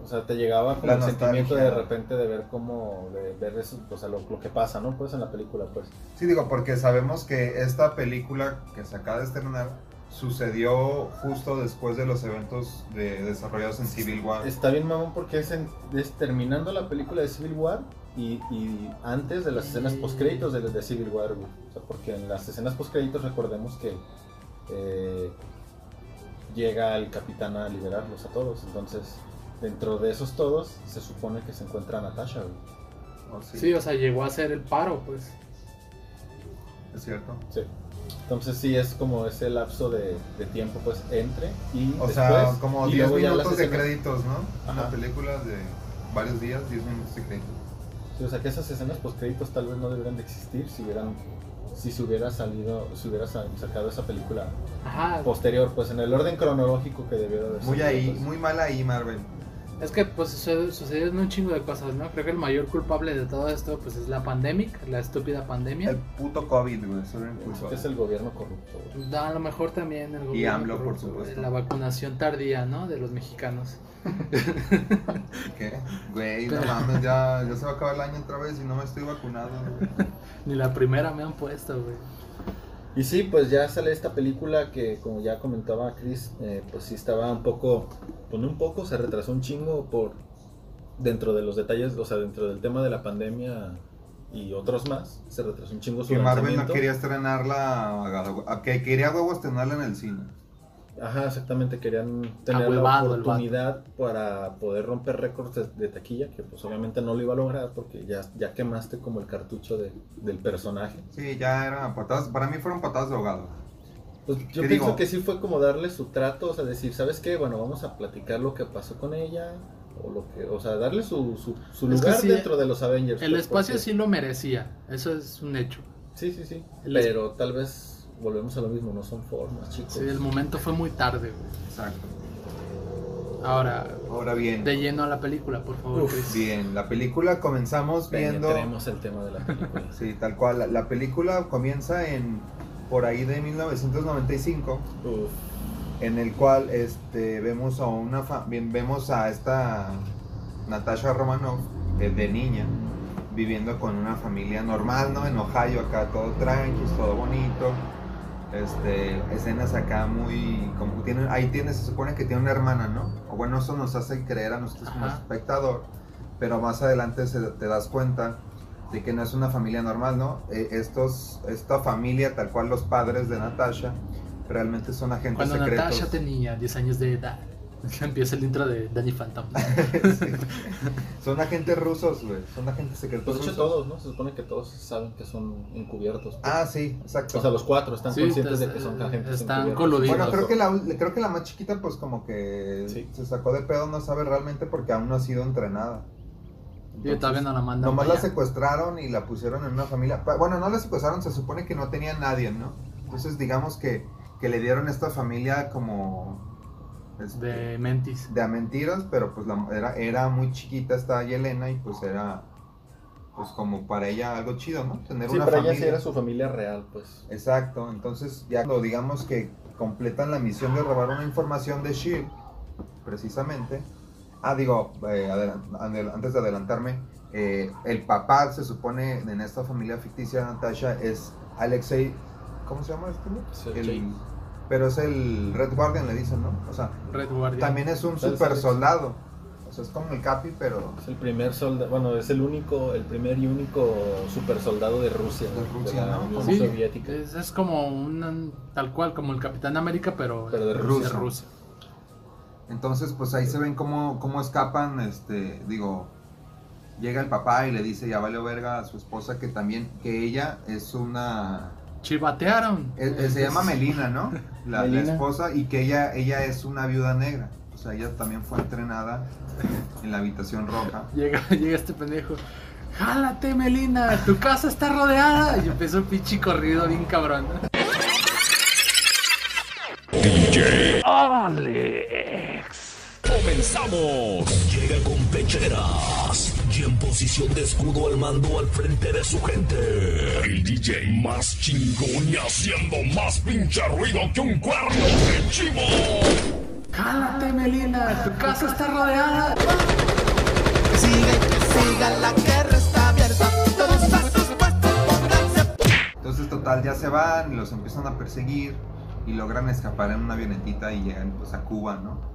O sea, te llegaba como La el sentimiento de nostalgia. repente de ver cómo. de ver eso, o sea, lo, lo que pasa, ¿no? Pues en la película, pues. Sí, digo, porque sabemos que esta película que se acaba de estrenar sucedió justo después de los eventos de- desarrollados en Civil War. Está bien, mamón, porque es, en- es terminando la película de Civil War y, y antes de las escenas postcréditos de, de Civil War, güey. O sea, porque en las escenas postcréditos recordemos que eh, llega el capitán a liberarlos a todos. Entonces, dentro de esos todos, se supone que se encuentra Natasha, ¿O güey. sí? Sí, o sea, llegó a ser el paro, pues. es cierto. Sí. Entonces, sí, es como ese lapso de, de tiempo, pues, entre y O después, sea, como y 10 luego ya las minutos de escenas- créditos, ¿no? Una Ajá. película de varios días, 10 minutos de créditos. Sí, o sea que esas escenas post créditos tal vez no deberían de existir si hubieran si se hubiera salido si hubiera sa- sacado esa película Ajá. Oh. posterior pues en el orden cronológico que debió de haber Muy sido, ahí, pues. muy mal ahí, Marvel. Es que pues sucede- sucedieron un chingo de cosas, ¿no? Creo que el mayor culpable de todo esto pues es la pandemia, la estúpida El pandemia. puto COVID, güey. eso era el Pienso puto. que pues, es el gobierno corrupto güey. Da, a lo mejor también el Y AMLO, por corrupto, supuesto. La vacunación tardía, ¿no? De los mexicanos. ¿Qué? Güey, no mames, ya, ya se va a acabar el año otra vez y no me estoy vacunado. güey. Ni la primera me han puesto, güey. y sí pues ya sale esta película que como ya comentaba Chris eh, pues sí estaba un poco con un poco se retrasó un chingo por dentro de los detalles o sea dentro del tema de la pandemia y otros más se retrasó un chingo su Que Marvel no lanzamiento. quería estrenarla, a- a- que quería huevos estrenarla en el cine. Ajá, exactamente, querían tener la Ahuevado el vato. oportunidad para poder romper récords de, de taquilla, que pues obviamente no lo iba a lograr porque ya, ya quemaste como el cartucho de- del personaje. Sí, ya eran patadas, para mí fueron patadas de ahogado. Pues yo ¿Qué pienso digo? que sí fue como darle su trato, o sea, decir, ¿sabes qué? Bueno, vamos a platicar lo que pasó con ella, o lo que, o sea, darle su, su, su Es que lugar sí, eh, dentro de los Avengers. El pues, espacio porque- sí lo merecía, eso es un hecho. Sí, sí, sí. el es- Pero tal vez volvemos a lo mismo, no son formas, chicos. Sí, el momento fue muy tarde, güey. Exacto. Ahora, Ahora bien, de lleno a la película, por favor, Chris. bien, la película comenzamos viendo... Penetremos el tema de la película. Sí, tal cual. La, la película comienza en por ahí de 1995, Uf. en el cual este vemos a una fa- bien, vemos a esta Natasha Romanoff eh, de niña viviendo con una familia normal, ¿no? En Ohio acá todo tranquilo, todo bonito. Este, escenas acá muy como que tienen ahí tiene se supone que tiene una hermana, ¿no? O bueno, eso nos hace creer a nosotros como Ajá. espectador, pero más adelante se- te das cuenta de que no es una familia normal, ¿no? Eh, estos esta familia tal cual los padres de Natasha realmente son agentes Cuando secretos. Natasha tenía 10 años de edad, empieza el intro de Danny Phantom. Sí. Son agentes rusos, güey. Son agentes secretos Pues de hecho rusos. todos, ¿no? Se supone que todos saben que son encubiertos. pues. Ah, sí, exacto. O sea, los cuatro están Sí, conscientes estás- de que son eh, agentes están encubiertos. coludidos. bueno, creo que, la, creo que la más chiquita, pues como que Sí. se sacó de pedo, no sabe realmente porque aún no ha sido entrenada. Yo todavía no la mandan. Nomás para la allá. secuestraron y la pusieron en una familia. Pa- Bueno, no la secuestraron, se supone que no tenía nadie, ¿no? Entonces, digamos que, que le dieron a esta familia como. este, De Mentis. de a mentiras, pero pues la, era, era muy chiquita esta Yelena y pues era pues como para ella algo chido, ¿no? Tener Sí, una para familia. ella sí era su familia real, pues. Exacto, entonces ya cuando digamos que completan la misión de robar una información de S.H.I.E.L.D., precisamente. Ah, digo, eh, adelan- adel- antes de adelantarme, eh, el papá se supone en esta familia ficticia de Natasha es Alexei, ¿cómo se llama este? güey? Sergei. El- pero es el Red Guardian, le dicen, ¿no? O sea, Red Guardian. también es un Entonces, super es- soldado. O sea, es como el Capi, pero Es el primer soldado, bueno, es el único, el primer y único super soldado de Rusia, De Rusia, la ¿no? Unión Sí, Soviética. Es, es como un. Tal cual, como el Capitán América, pero. Pero de Rusia, ruso. Rusia. Entonces, pues ahí se ven cómo, cómo escapan, este, digo, llega el papá y le dice, ya vale verga a su esposa, que también, que ella es una, Chivatearon. eh, eh, se llama Melina, ¿no? La, la Melina. esposa, y que ella, ella es una viuda negra, o sea, ella también fue entrenada en la habitación roja. Llega, llega este pendejo. ¡Jálate, Melina! ¡Tu casa está rodeada! Y empezó un pinche corrido bien cabrón. pensamos. Llega con pecheras y en posición de escudo al mando al frente de su gente. El DJ más chingón y haciendo más pinche ruido que un cuerno de chivo. ¡Cállate, Melina! ¡Tu casa está rodeada! Sigue, siga, la guerra está abierta. Todos a sus puestos, pónganse. Entonces, total, ya se van, los empiezan a perseguir y logran escapar en una avionetita y llegan pues a Cuba, ¿no?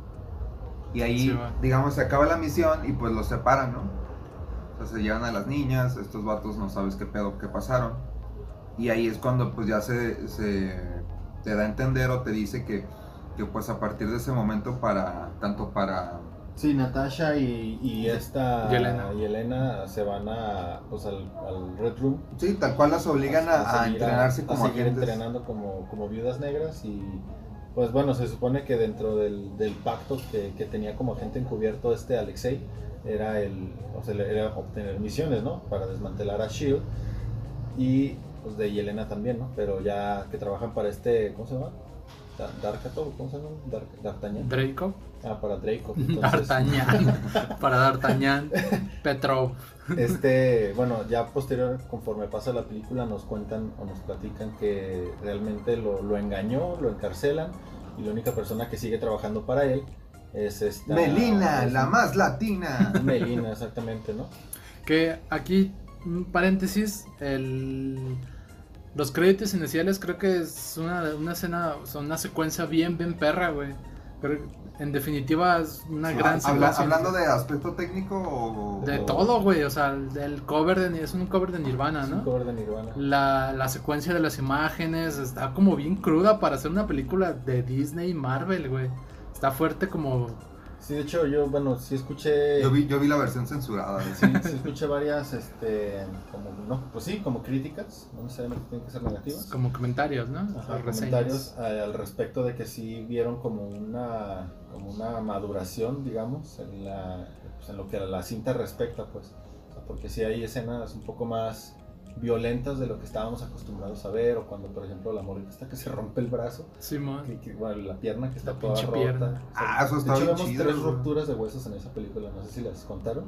Y ahí, Sí, va. digamos, se acaba la misión y pues los separan, ¿no? O sea, se llevan a las niñas, estos vatos no sabes qué pedo que pasaron. Y ahí es cuando pues ya se, se te da a entender o te dice que, que pues a partir de ese momento para, tanto para... Sí, Natasha y, y esta Y Elena. y Elena se van a, pues, al, al Red Room. Sí, tal cual las obligan a, a seguir entrenarse a como seguir agentes. entrenando como, como viudas negras y pues bueno, se supone que dentro del, del pacto que, que tenía como agente encubierto este Alexei era el o sea, era obtener misiones, ¿no? Para desmantelar a Shield E y pues de Yelena también, ¿no? Pero ya que trabajan para este, ¿cómo se llama? Da- Darkato, ¿cómo se llama? Dark- D'Artagnan. Draco. Ah, para Draco. Entonces, D'Artagnan. Para D'Artagnan. Petrov. Este, bueno, ya posterior, conforme pasa la película, nos cuentan o nos platican que realmente lo, lo engañó, lo encarcelan y la única persona que sigue trabajando para él es esta. Melina, es- la más latina. Melina, exactamente, ¿no? Que aquí, un paréntesis, el... los créditos iniciales creo que es una, una escena, son una secuencia bien, bien perra, güey. Pero en definitiva es una gran Habla- secuencia. hablando de aspecto técnico o... De o- todo, güey. O sea, el, el cover de, Ni- es un cover de Nirvana, Es un Ah, ¿no? cover de Nirvana. La, la secuencia de las imágenes está como bien cruda para hacer una película de Disney y Marvel, güey. Está fuerte como... Sí, de hecho, yo, bueno, sí escuché. Yo vi, yo vi la versión censurada. de- Sí, sí escuché varias, este, como, no, pues sí, como críticas, no necesariamente tienen que ser negativas. como comentarios, ¿no? Ajá, O comentarios eh, al respecto de que sí vieron como una, como una maduración, digamos, en, la, pues, en lo que a la cinta respecta, pues. O sea, porque sí hay escenas un poco más violentas de lo que estábamos acostumbrados a ver, o cuando, por ejemplo, la morrita está que se rompe el brazo, Simón. que- que, bueno, la pierna que está Ah. La toda pinche rota. pierna. O sea, Ah, eso está de hecho, bien vemos chido, tres güey. rupturas de huesos en esa película, no sé si las contaron.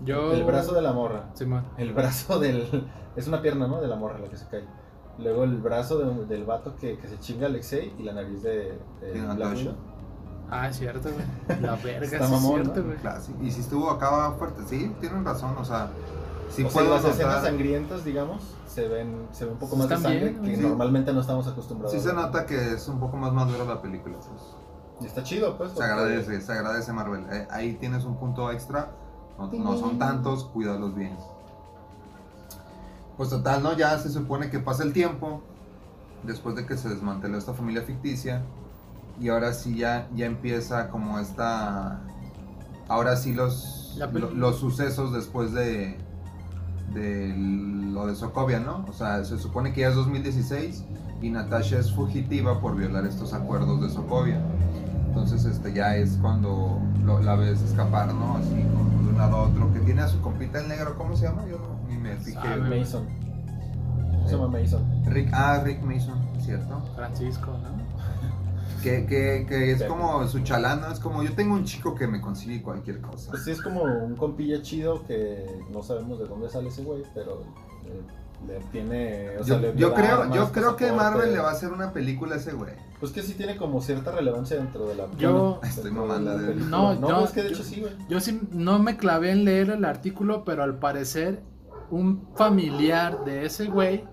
Yo... El brazo de la morra. Simón. El brazo del. Es una pierna, ¿no? De la morra la que se cae. Luego el brazo de- del vato que, que se chinga a Alexei y la nariz de. de De Black Natasha. Widow. Ah, es cierto, güey. La verga, sí Está es mamón, cierto, ¿no? güey. Claro, sí. Y si estuvo acá fuerte, sí, tienen razón, o sea, si o sea, puedo las escenas notar- sangrientas, digamos, se ven, se ve un poco Pues más de están sangre bien, que sí. normalmente no estamos acostumbrados. sí a se ver. nota que es un poco más madura la película. pues. Y está chido, pues. Se porque- agradece, se agradece Marvel. Eh, ahí tienes un punto extra, no, no son tantos, cuídalos bien. Pues total, ¿no? Ya se supone que pasa el tiempo, después de que se desmanteló esta familia ficticia, y ahora sí ya, ya empieza como esta... Ahora sí los, La lo- peli- los sucesos después de, de lo de Sokovia, ¿no? O sea, se supone que ya es 2016 y Natasha es fugitiva por violar estos acuerdos de Sokovia. Entonces este ya es cuando lo- la ves escapar, ¿no? Así, con- de un lado a otro, que tiene a su compita el negro, ¿cómo se llama? Yo no- ni me fijé. Sabe, güey. Ah, Mason. Se llama Mason. Rick, ah, Rick Mason, ¿cierto? Francisco, ¿no? Que, que, que es Pepe. como su chalán, ¿no? Es como, yo tengo un chico que me consigue cualquier cosa. Pues sí, es como un compilla chido que no sabemos de dónde sale ese güey, pero. eh, le tiene. o sea, Yo, le yo viola creo, armas, yo creo que pasaporte. Marvel le va a hacer una película a ese güey. Pues que sí tiene como cierta relevancia dentro de la. Yo- bueno, Estoy dentro mamando la de- película. No, no, yo- es que de yo- hecho sí, güey. Yo sí no me clavé en leer el artículo, pero al parecer un familiar de ese güey,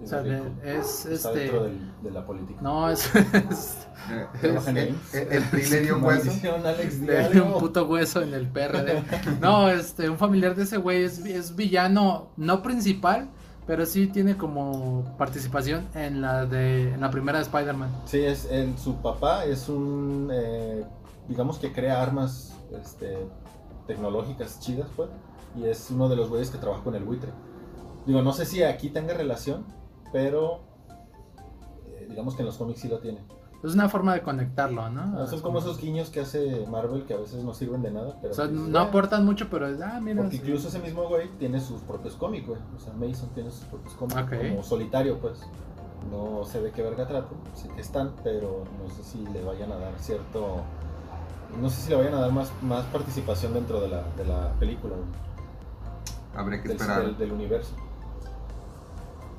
o Es sea, de- rico. es Está este... dentro del- de la política. No, es... es- Eh, Trabaja en eh, él. eh, el PRI le dio un hueso. Maldición, Alex, di Le di algo. un puto hueso en el PRD. No, este, un familiar de ese güey es, es villano, no principal, pero sí tiene como participación en la de en la primera de Spider-Man. Sí, es el- su papá es un, eh, digamos que crea armas este, tecnológicas chidas, pues, y es uno de los güeyes que trabaja con el buitre. Digo, no sé si aquí tenga relación, pero eh, digamos que en los cómics sí lo tiene. Es una forma de conectarlo, ¿no? Son como esos guiños que hace Marvel que a veces no sirven de nada, pero... O sea, pues, no eh, aportan mucho, pero es, ah, mira. Porque sí. incluso ese mismo güey tiene sus propios cómics, güey. O sea, Mason tiene sus propios cómics. Ok. Como solitario, pues. No sé de qué verga trato. Sí que están, pero no sé si le vayan a dar cierto No sé si le vayan a dar más, más participación dentro de la, de la película. güey. Habría que del, esperar. del- del universo.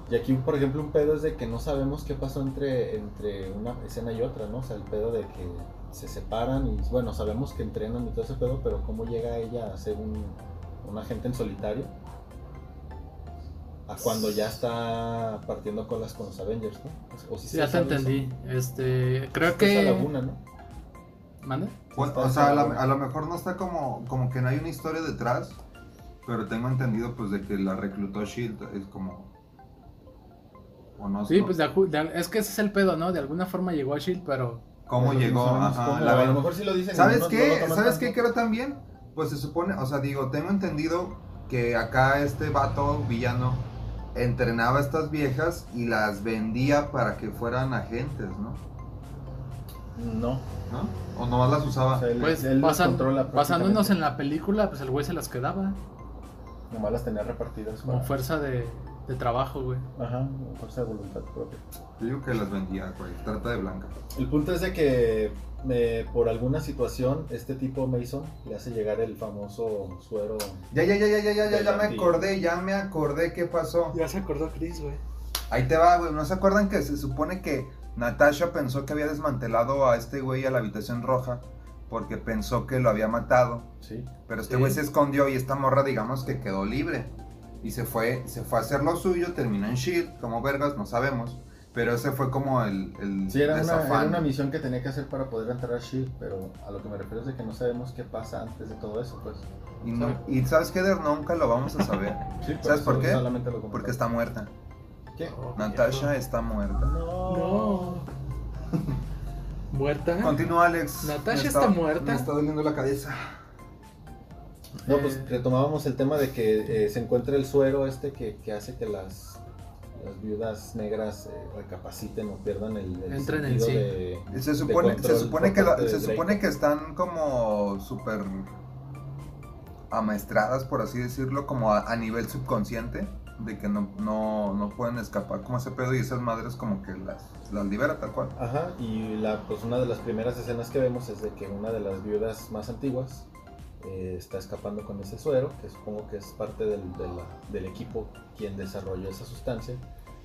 Y aquí, por ejemplo, un pedo es de que no sabemos qué pasó entre, entre una escena y otra, ¿no? O sea, el pedo de que se separan y, bueno, sabemos que entrenan y todo ese pedo, pero cómo llega ella a ser un, un agente en solitario a cuando ya está partiendo colas con los Avengers, ¿no? O si se ya te sabe eso. Pues, entendí. Este, creo Está esa que. laguna, ¿no? ¿Mande? O, Pues, o sea, a, la- a lo mejor no está como, como que no hay una historia detrás, pero tengo entendido pues de que la reclutó Shield es como... O no Sí, no- pues de acu- de- es que ese es el pedo, ¿no? De alguna forma llegó a Shield, pero. ¿Cómo Pero no llegó? sabemos Ajá, cómo, la a verdad. lo mejor sí lo dicen. y ¿Sabes no- no lo qué? toman ¿Sabes tanto. qué creo también? Pues se supone, o sea, digo, tengo entendido que acá este vato villano entrenaba a estas viejas y las vendía para que fueran agentes, ¿no? No. ¿No? O nomás las O usaba. sea, él, Pues él las pasan- controla basándonos prácticamente. en la película, pues el güey se las quedaba. Nomás las tenía repartidas. Como para- fuerza de, de trabajo, güey. Ajá, fuerza de voluntad propia. Yo digo que las vendía, güey. Trata de blanca. El punto es de que eh, por alguna situación este tipo Mason le hace llegar el famoso suero. Ya, ya, ya, ya, ya, ya, ya, ya me Delantilla. acordé, ya me acordé qué pasó. Ya se acordó Chris, güey. Ahí te va, güey. ¿No se acuerdan que se supone que Natasha pensó que había desmantelado a este güey a la habitación roja porque pensó que lo había matado? Sí. Pero este Sí. güey se escondió y esta morra, digamos que quedó libre. Y se fue, se fue a hacer lo suyo, terminó en Shield, como vergas, no sabemos. Pero ese fue como el, el Sí, era una, desafán. era una misión que tenía que hacer para poder entrar a Shield, pero a lo que me refiero es de que no sabemos qué pasa antes de todo eso, pues. y, no- y sabes que nunca lo vamos a saber. Sí, por ¿Sabes eso por qué? solamente lo Porque comentaron. está muerta. ¿Qué? Natasha está muerta. No. No. Muerta. Continúa, Alex. Ah, Natasha Me está muerta. Me está doliendo la cabeza. No, pues Eh. retomábamos el tema de que eh, se encuentra el suero este que, que hace que las, las viudas negras eh, recapaciten o pierdan el, el Entren en sentido sí. de- Y Se de supone, se control supone por que la- parte de se Drake. supone que están como súper amaestradas, por así decirlo, como a, a nivel subconsciente, de que no, no, no pueden escapar como ese pedo y esas madres como que las, las libera tal cual. Ajá, y la, pues una de las primeras escenas que vemos es de que una de las viudas más antiguas eh, está escapando con ese suero, que supongo que es parte del, de la- del equipo quien desarrolló esa sustancia,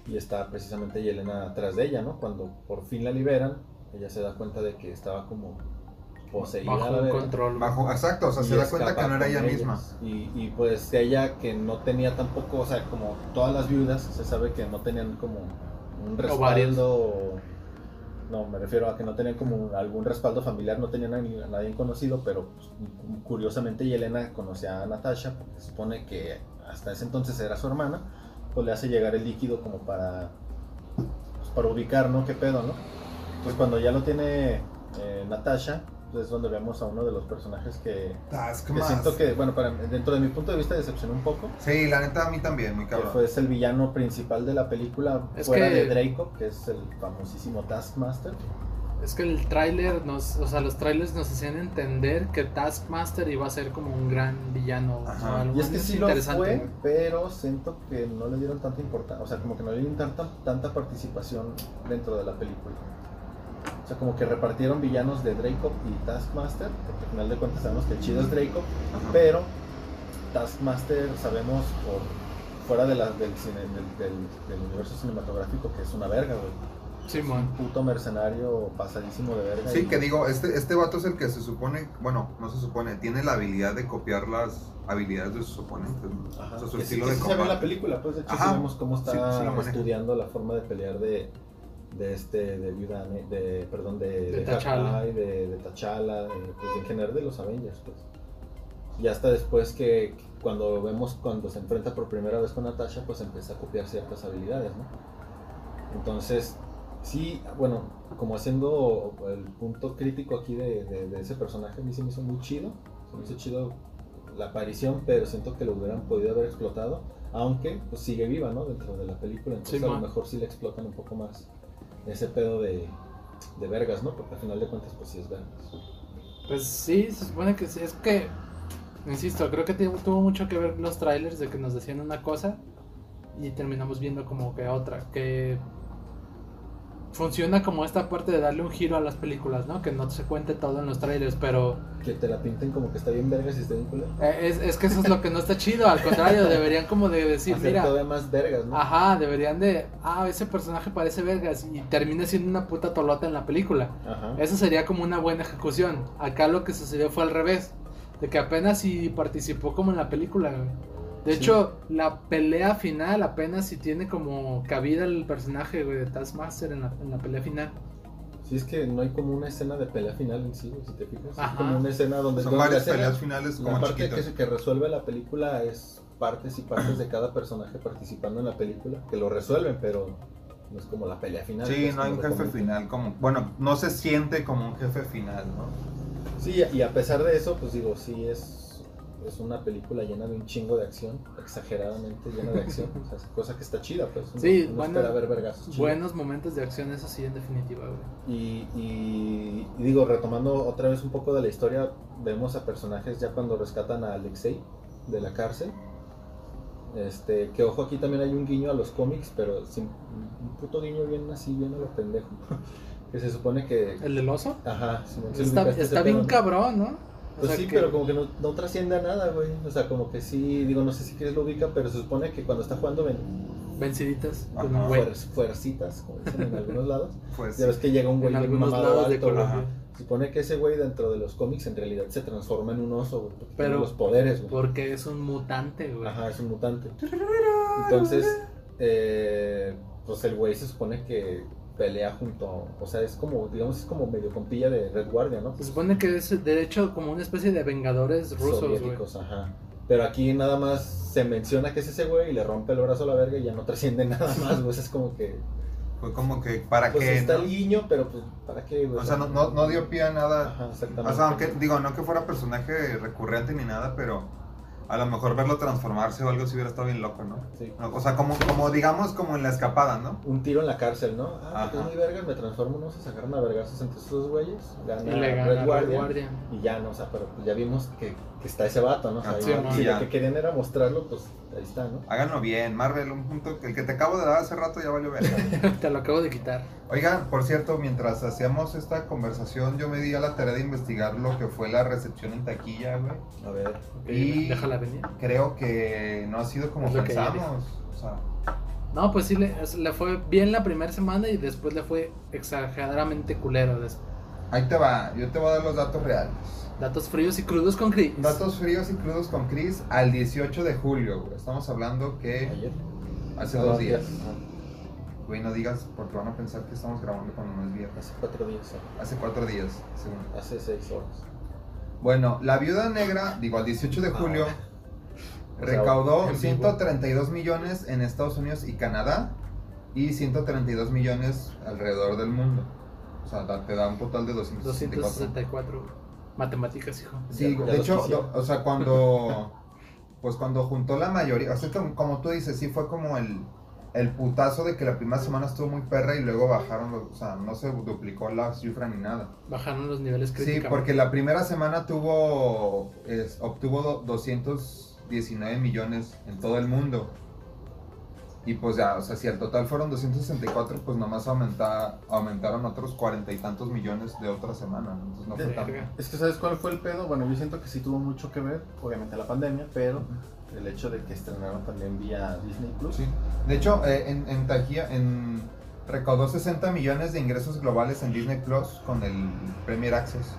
y está precisamente Yelena atrás de ella, ¿no? Cuando por fin la liberan, ella se da cuenta de que estaba como poseída. a Bajo la un verga, control. güey. Bajo, exacto, o sea, y se da cuenta escapa que no era con ella ellas. misma. Y, y, pues ella que no tenía tampoco, o sea, como todas las viudas, se sabe que no tenían como un varios. respaldo. o- No, me refiero a que no tenían como algún respaldo familiar, no tenían a ni- a nadie conocido, pero pues, curiosamente Yelena conocía a Natasha, porque se supone que hasta ese entonces era su hermana, pues le hace llegar el líquido como para, pues, para ubicar, ¿no? ¿Qué pedo, no? Pues cuando ya lo tiene eh, Natasha, pues es donde vemos a uno de los personajes que, que Taskmaster. siento que, bueno, para, dentro de mi punto de vista decepcionó un poco. Sí, la neta a mí también, muy Que cabrón. fue es el villano principal de la película, Es fuera que- de Draco, que es el famosísimo Taskmaster. Es que el tráiler nos, o sea, los trailers nos hacían entender que Taskmaster iba a ser como un gran villano. o sea, Ajá. algo Y es que sí lo fue, güey. pero siento que no le dieron tanta importancia, o sea, como que no le dieron tanta, tanta participación dentro de la película. O sea, como que repartieron villanos de Draco y Taskmaster, porque al final de cuentas sabemos que el chido es Draco, Ajá. pero Taskmaster sabemos por fuera de la- del, cine- del- del- del universo cinematográfico que es una verga, güey. Simón. Puto mercenario pasadísimo de verga. Sí, y- que digo, este, este vato es el que se supone, bueno, no se supone, tiene la habilidad de copiar las habilidades de sus oponentes. ¿no? Ajá, O sea, su que sí- estilo que de sí se ve en la combate. película, pues de hecho Ajá, sí vemos cómo está sí, sí lo maneja. estudiando la forma de pelear de, de este, de Viuda Ne- de, perdón, de, De de T'Challa. Hawkeye, de, de T'Challa, de- pues, en general de los Avengers, pues. Y hasta después que que cuando vemos, cuando se enfrenta por primera vez con Natasha, pues empieza a copiar ciertas habilidades, ¿no? Entonces, sí, bueno, como haciendo el punto crítico aquí de, de- de ese personaje, a mí se me hizo muy chido. Se me hizo chido la aparición, pero siento que lo hubieran podido haber explotado. Aunque pues, sigue viva, ¿no? Dentro de la película. Entonces Sí, a lo ma. mejor sí le explotan un poco más ese pedo de, de vergas, ¿no? Porque al final de cuentas, pues sí es vergas. Pues sí, se supone que sí, es que, insisto, creo que tuvo tuvo mucho que ver los trailers de que nos decían una cosa y terminamos viendo como que otra, que funciona como esta parte de darle un giro a las películas, ¿no? Que no se cuente todo en los trailers, pero Que te la pinten como que está bien vergas y está bien culero. eh, es, es que eso es lo que no está chido, al contrario, deberían como de decir, Hacer mira, Ah, todavía más vergas, ¿no? ajá, deberían de, ah, ese personaje parece vergas y termina siendo una puta tolota en la película. Ajá. Eso sería como una buena ejecución. Acá lo que sucedió fue al revés. De que apenas si participó como en la película. güey. De Sí. hecho, la pelea final apenas si tiene como cabida el personaje güey, de Taskmaster en la, en la pelea final. Si es que no hay como una escena de pelea final en sí, güey, si te fijas. Ajá. Es como una escena donde... Son donde varias hacen- peleas finales La como parte que, chiquitas. se- que resuelve la película es partes y partes de cada personaje participando en la película, que lo resuelven, pero no es como la pelea final. Sí, pues, no hay como un lo jefe comentan. final como... Bueno, no se siente como un jefe final, ¿no? Sí, y a pesar de eso, pues digo, sí es, es una película llena de un chingo de acción, exageradamente llena de acción, o sea, es cosa que está chida, pues. uno- Sí, uno bueno, espera ver vergazos chidos. Buenos momentos de acción, eso sí, en definitiva. güey. Y, y- y digo, retomando otra vez un poco de la historia, vemos a personajes ya cuando rescatan a Alexei de la cárcel. Este, que ojo, aquí también hay un guiño a los cómics, pero sin, un puto guiño bien así, bien a lo pendejo. que se supone que. ¿El del oso? Ajá, si no- si Está, ubicaste ese está bien pedo, ¿no? cabrón, ¿no? O Pues sea sí, que- pero como que no, no trasciende a nada, güey. O sea, como que sí, digo, no sé si quieres lo ubica, pero se supone que cuando está jugando ven Venciditas. Ajá. con un güey. fuer- fuercitas, como dicen en algunos lados. Pues... Ya ves que llega un güey En bien algunos mamado lados de alto, güey. Colombia. Se supone que ese güey dentro de los cómics en realidad se transforma en un oso, güey, porque Pero- tiene los poderes, güey. Porque es un mutante, güey. Ajá, es un mutante. Entonces, eh, pues el güey se supone que pelea junto, o sea, es como, digamos, es como medio compilla de Red Guardia, ¿no? Pues, Se supone que es, de hecho, como una especie de vengadores rusos, güey. Soviéticos, ajá. Pero aquí nada más se menciona que es ese güey y le rompe el brazo a la verga y ya no trasciende nada más, güey. Es como que, Fue como que para pues que... está el ¿no? guiño, pero pues, ¿para qué, güey? O sea, no, no, no dio pie a nada Ajá, exactamente. O sea, aunque digo, no que fuera personaje recurrente ni nada, pero a lo mejor verlo transformarse o algo si hubiera estado bien loco, ¿no? Sí. O sea, como, como digamos, como en la escapada, ¿no? un tiro en la cárcel, ¿no? Ah, porque Ajá. es muy vergas, me transformo, no se sacaron a vergazos entre esos dos güeyes, gana, Y Ah, le gana Red Red Guardian, Guardian. y ya, no, o sea, pero pues ya vimos que, que está ese vato, ¿no? O sea, Ah, sí, ya- ¿no? si Ya. lo que querían era mostrarlo, pues ahí está, ¿no? Háganlo bien, Marvel, un punto, el que te acabo de dar hace rato ya valió verga. Te lo acabo de quitar. Oigan, por cierto, mientras hacíamos esta conversación, yo me di a la tarea de investigar lo que fue la recepción en taquilla, güey. A ver, Ok, Y- Déjala venir. Creo que no ha sido como Es lo que ella pensamos. O sea, No, pues sí, le, es- le fue bien la primera semana y después le fue exageradamente culero. des- ahí te va, yo te voy a dar los datos reales. Datos fríos y crudos con Chris. Datos fríos y crudos con Chris al 18 de julio, güey. Estamos hablando que ayer. hace Ah, dos días. ah, Güey, no digas porque van a pensar que estamos grabando cuando no es viernes. hace cuatro días, ah, Hace cuatro días, según. hace seis horas. Bueno, La Viuda Negra, digo, al 18 de Ah. julio, sea, en recaudó vivo. 132 millones en Estados Unidos y Canadá y 132 millones alrededor del mundo. O sea, da- te da un total de 264. 264. Matemáticas, hijo. Sí, Ya- ya de los hecho, quisiera. do- o sea, cuando pues cuando juntó la mayoría, o sea, como, como tú dices, sí fue como el, el putazo de que la primera semana estuvo muy perra y luego bajaron, los, o sea, no se duplicó la cifra ni nada. Bajaron los niveles Sí, críticos. porque la primera semana tuvo es- obtuvo do- 219 millones en todo el mundo. Y pues ya, o sea, si el total fueron 264, pues nomás aumenta, aumentaron otros cuarenta y tantos millones de otra semana. ¿no? Entonces no fue tanto. Verga. Es que ¿sabes cuál fue el pedo? Bueno, yo siento que sí tuvo mucho que ver, obviamente la pandemia, pero el hecho de que estrenaron también vía Disney Plus. Sí. De hecho, eh, en, en Taquilla- en, recaudó 60 millones de ingresos globales en Disney Plus con el Premier Access.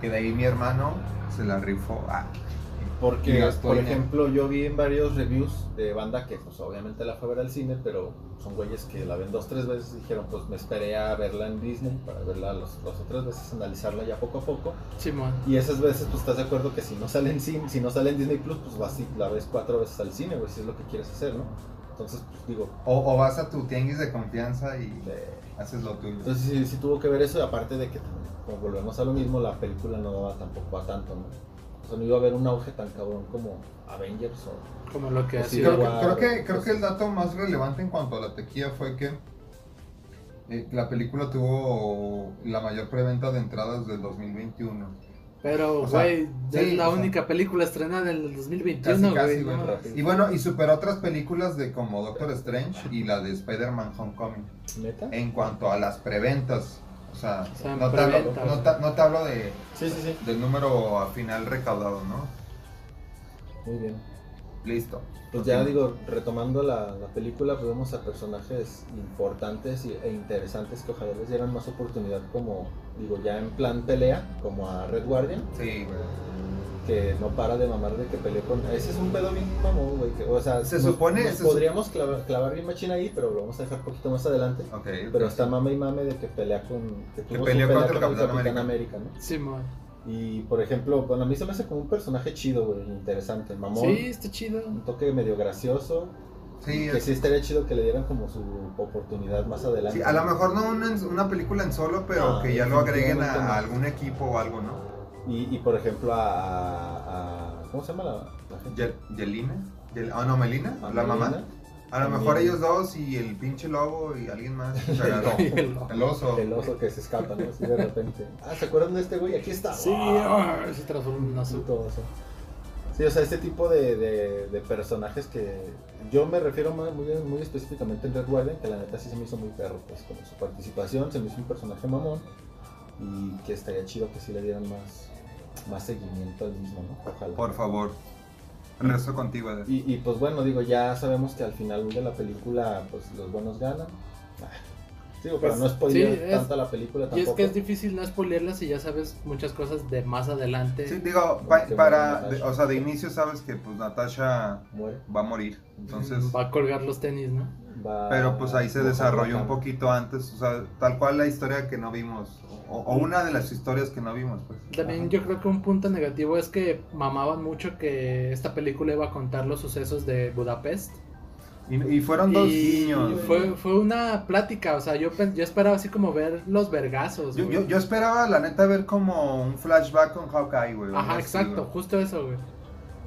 Que de ahí mi hermano se la rifó. Ah, Y Porque, gastó por dinero. ejemplo, yo vi en varios reviews de banda que, pues, obviamente la fue a ver al cine, pero son güeyes que la ven dos, tres veces y dijeron, pues, me esperé a verla en Disney para verla los, dos o tres veces, analizarla ya poco a poco. Simón. Y esas veces, pues, estás de acuerdo que si no sale en, cine, si no sale en Disney Plus, pues, vas y la ves cuatro veces al cine, güey, si es lo que quieres hacer, ¿no? Entonces, pues, digo, o, o vas a tu tianguis de confianza y eh, haces lo tuyo. entonces sí, sí tuvo que ver eso, y aparte de que, también, como volvemos a lo mismo, la película no daba tampoco a tanto, ¿no? O sea, no iba a haber un auge tan cabrón como Avengers o Como lo que ha Pues sí, sido. creo, que- creo wow. que, creo que el dato más relevante en cuanto a la tequila fue que eh, la película tuvo la mayor preventa de entradas del 2021. Pero, O sea, güey, es sí, la o sea. única película estrenada en el 2021, Casi, güey. casi, ¿no? güey. Y bueno, y superó otras películas de como Doctor Strange y la de Spider-Man Homecoming. ¿Neta? En cuanto a las preventas. O sea, O sea, no, te hablo, preventa, no güey. te- no te hablo de, Sí, sí, sí. del número final recaudado, ¿no? Muy bien. Listo. Pues ya digo, retomando la, la película, pues vemos a personajes importantes y- e interesantes que ojalá les dieran más oportunidad como, digo, ya en plan pelea, como a Red Guardian, Sí, güey. que no para de mamar de que peleó con... Ese es un pedo bien mamón, güey. que, O sea, Se supone- nos se su- podríamos clavar, clavar bien machina ahí, pero lo vamos a dejar poquito más adelante. Ok. Pero está mame y mame de que pelea con... Que, tuvo su peleó pelea contra el con Capitán América, ¿no? Simón. Y, por ejemplo, bueno, a mí se me hace como un personaje chido, güey, interesante, mamón. Sí, está chido. Un toque medio gracioso, Sí, que sí estaría chido que le dieran como su oportunidad más adelante. Sí, a lo mejor no una, en- una película en solo, pero No, que ya lo agreguen a, Ah, definitivamente no. a algún equipo o algo, ¿no? Y, y, por ejemplo a, a- ¿Cómo se llama la, la gente? Ye- ¿Yelina? Yel- Ah, no, Melina, A la mamá. Melina, A lo mejor También. ellos dos y el pinche lobo y alguien más. se agarró. Y el- El oso. El oso que se escapa, ¿no? Así de repente. Ah, ¿se acuerdan de este güey? Aquí está. Sí, ah, se transforma en un azul. Puto oso. Sí, o sea, este tipo de, de- de personajes que yo me refiero más- muy, muy específicamente en Red Guardian, que la neta sí se me hizo muy perro, pues con su participación se me hizo un personaje mamón y que estaría chido que sí le dieran más, más seguimiento al mismo, ¿no? Ojalá. Por favor. Rezo contigo, Eder. Y, y, pues bueno, digo, ya sabemos que al final de la película, pues los buenos ganan. Ah, Digo, para Pues, no spoilear sí, es- tanto la película Y es tampoco. que es difícil no spoilearlas si ya sabes muchas cosas de más adelante. Sí, digo, pa- Qué para, buena de- o sea, de inicio sabes que pues Natasha Muere. va a morir, entonces, Va a colgar los tenis, ¿no? va- pero pues ahí se va- desarrolló va- un poquito antes, o sea, tal cual la historia que no vimos, o, o una de las historias que no vimos, pues. También Ajá. yo creo que un punto negativo es que mamaban mucho que esta película iba a contar los sucesos de Budapest. Y, y fueron dos Y niños. Fue, fue una plática, o sea, yo, pen- yo esperaba así como ver los vergazos. Yo, güey. yo, yo esperaba, la neta, ver como un flashback con Hawkeye, güey. o Ajá, algo así, exacto, güey. justo eso, güey.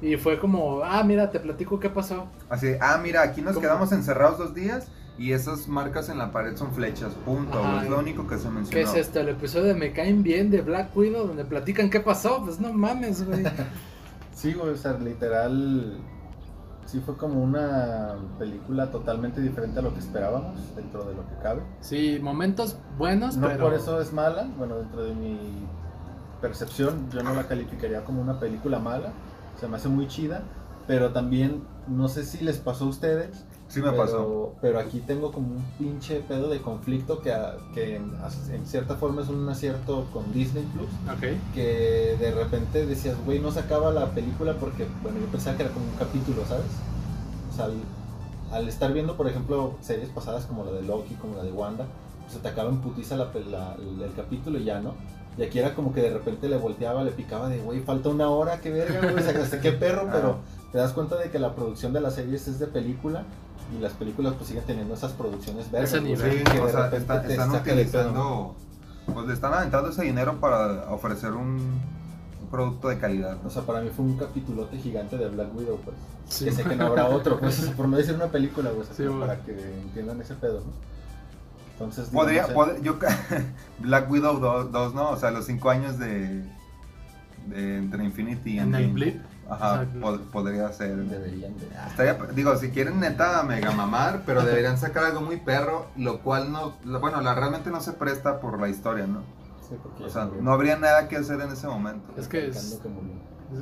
Y fue como, ah, mira, te platico qué pasó. Así, de, ah, mira, aquí nos ¿Cómo? quedamos encerrados dos días y esas marcas en la pared son flechas, punto, Ajá. güey, Es lo único que se mencionó. ¿Qué es esto? El episodio de Me Caen Bien de Black Widow, donde platican qué pasó. Pues no mames, güey. Sí, güey, o sea, literal. Sí, fue como una película totalmente diferente a lo que esperábamos, dentro de lo que cabe. Sí, momentos buenos, No pero. por eso es mala, bueno, dentro de mi percepción, yo no la calificaría como una película mala, se me hace muy chida, pero también no sé si les pasó a ustedes, Sí me pero, pasó. pero aquí tengo como un pinche pedo de conflicto que, a- que en, en cierta forma es un acierto con Disney Plus. Ok. Que de repente decías, güey, no se acaba la película porque, bueno, yo pensaba que era como un capítulo, ¿sabes? O sea, al, al estar viendo, por ejemplo, series pasadas como la de Loki, como la de Wanda, pues se te acaba en putiza la pel- la- el capítulo y ya, ¿no? Y aquí era como que de repente le volteaba, le picaba de, güey, falta una hora, qué verga, güey, o sea, hasta qué perro, Ah. pero te das cuenta de que la producción de las series es de película y las películas pues siguen teniendo esas producciones vergas. Ese güey, nivel. Sí, que o de sea, repente está- te están saca de pedo. utilizando, pues le están aventando ese dinero para ofrecer un, un producto de calidad. ¿no? O sea, para mí fue un capitulote gigante de Black Widow, pues. Sí. Que sé que no habrá otro, pues, o sea, por no decir una película, pues, Sí, pero bueno. para que entiendan ese pedo, ¿no? Entonces, digo, Podría, no sé. pod- yo, Black Widow 2, ¿no? O sea, los cinco años de, de entre Infinity y En el Endgame. blip. Ajá, Exacto. pod- podría ser. Deberían de... Ah, Estaría- digo, si quieren neta mega mamar, pero deberían sacar algo muy perro, lo cual no, lo- bueno, la realmente no se presta por la historia, ¿no? sí, porque O ya sea, murió. no habría nada que hacer en ese momento. Es que Pensando es- que murió.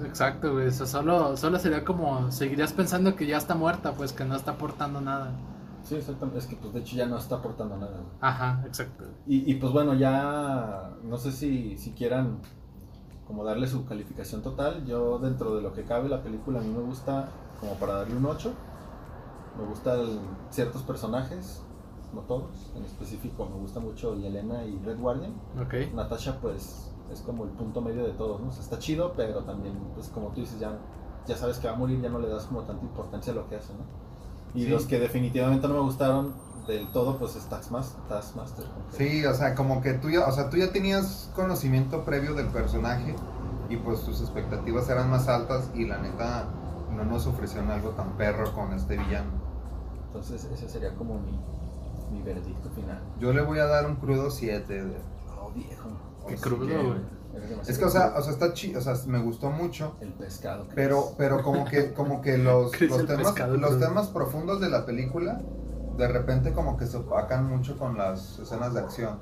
Exacto, güey. O sea, solo, solo sería como. Seguirías pensando que ya está muerta, pues que no está aportando nada. Sí, exactamente. Es que, pues, de hecho ya no está aportando nada. güey. Ajá, exacto. Y, y, pues, bueno, ya... No sé si, si quieran como darle su calificación total. Yo, dentro de lo que cabe, la película a mí me gusta como para darle un 8. Me gustan ciertos personajes, no todos. En específico, me gusta mucho Yelena y Red Guardian. Ok. Natasha pues es como el punto medio de todos, ¿no? O sea, está chido, pero también, pues como tú dices, ya, ya sabes que va a morir, ya no le das como tanta importancia a lo que hace, ¿no? Y Sí. los que definitivamente no me gustaron del todo, pues es Taskmaster. Taskmaster como que- Sí, o sea, como que tú ya, o sea, tú ya tenías conocimiento previo del personaje y pues tus expectativas eran más altas y la neta no nos ofrecieron algo tan perro con este villano. Entonces ese sería como mi, mi veredicto final. Yo le voy a dar un crudo 7 de... Oh, viejo. Qué o crudo, sea, güey. Es que, o sea, o sea, está chi- o sea, me gustó mucho. El pescado. Chris. Pero, pero como que, como que los, Chris los el temas, pescado los crudo. temas profundos de la película, de repente como que se opacan mucho con las escenas de acción.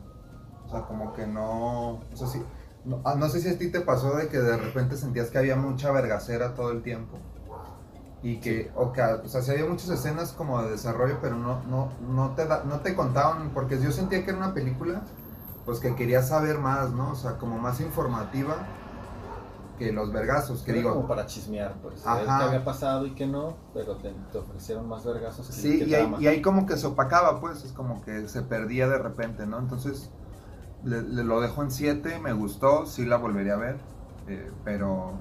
O sea, como que no. O sea, sí, no, ah, no sé si a ti te pasó de que de repente sentías que había mucha vergacera todo el tiempo. Y que, o, que, o sea, sí había muchas escenas como de desarrollo, pero no, no, no, te, da- no te contaban, porque yo sentía que era una película, pues que quería saber más, ¿no? O sea, como más informativa que los vergazos, que Era digo, como para chismear, pues. Ajá. Saber qué había pasado y qué no, pero te, te ofrecieron más vergazos. que- Sí, que y ahí, drama. y ahí como que se opacaba, pues, es como que se perdía de repente, ¿no? Entonces, le, le- lo dejo en 7, me gustó, sí la volvería a ver, eh, pero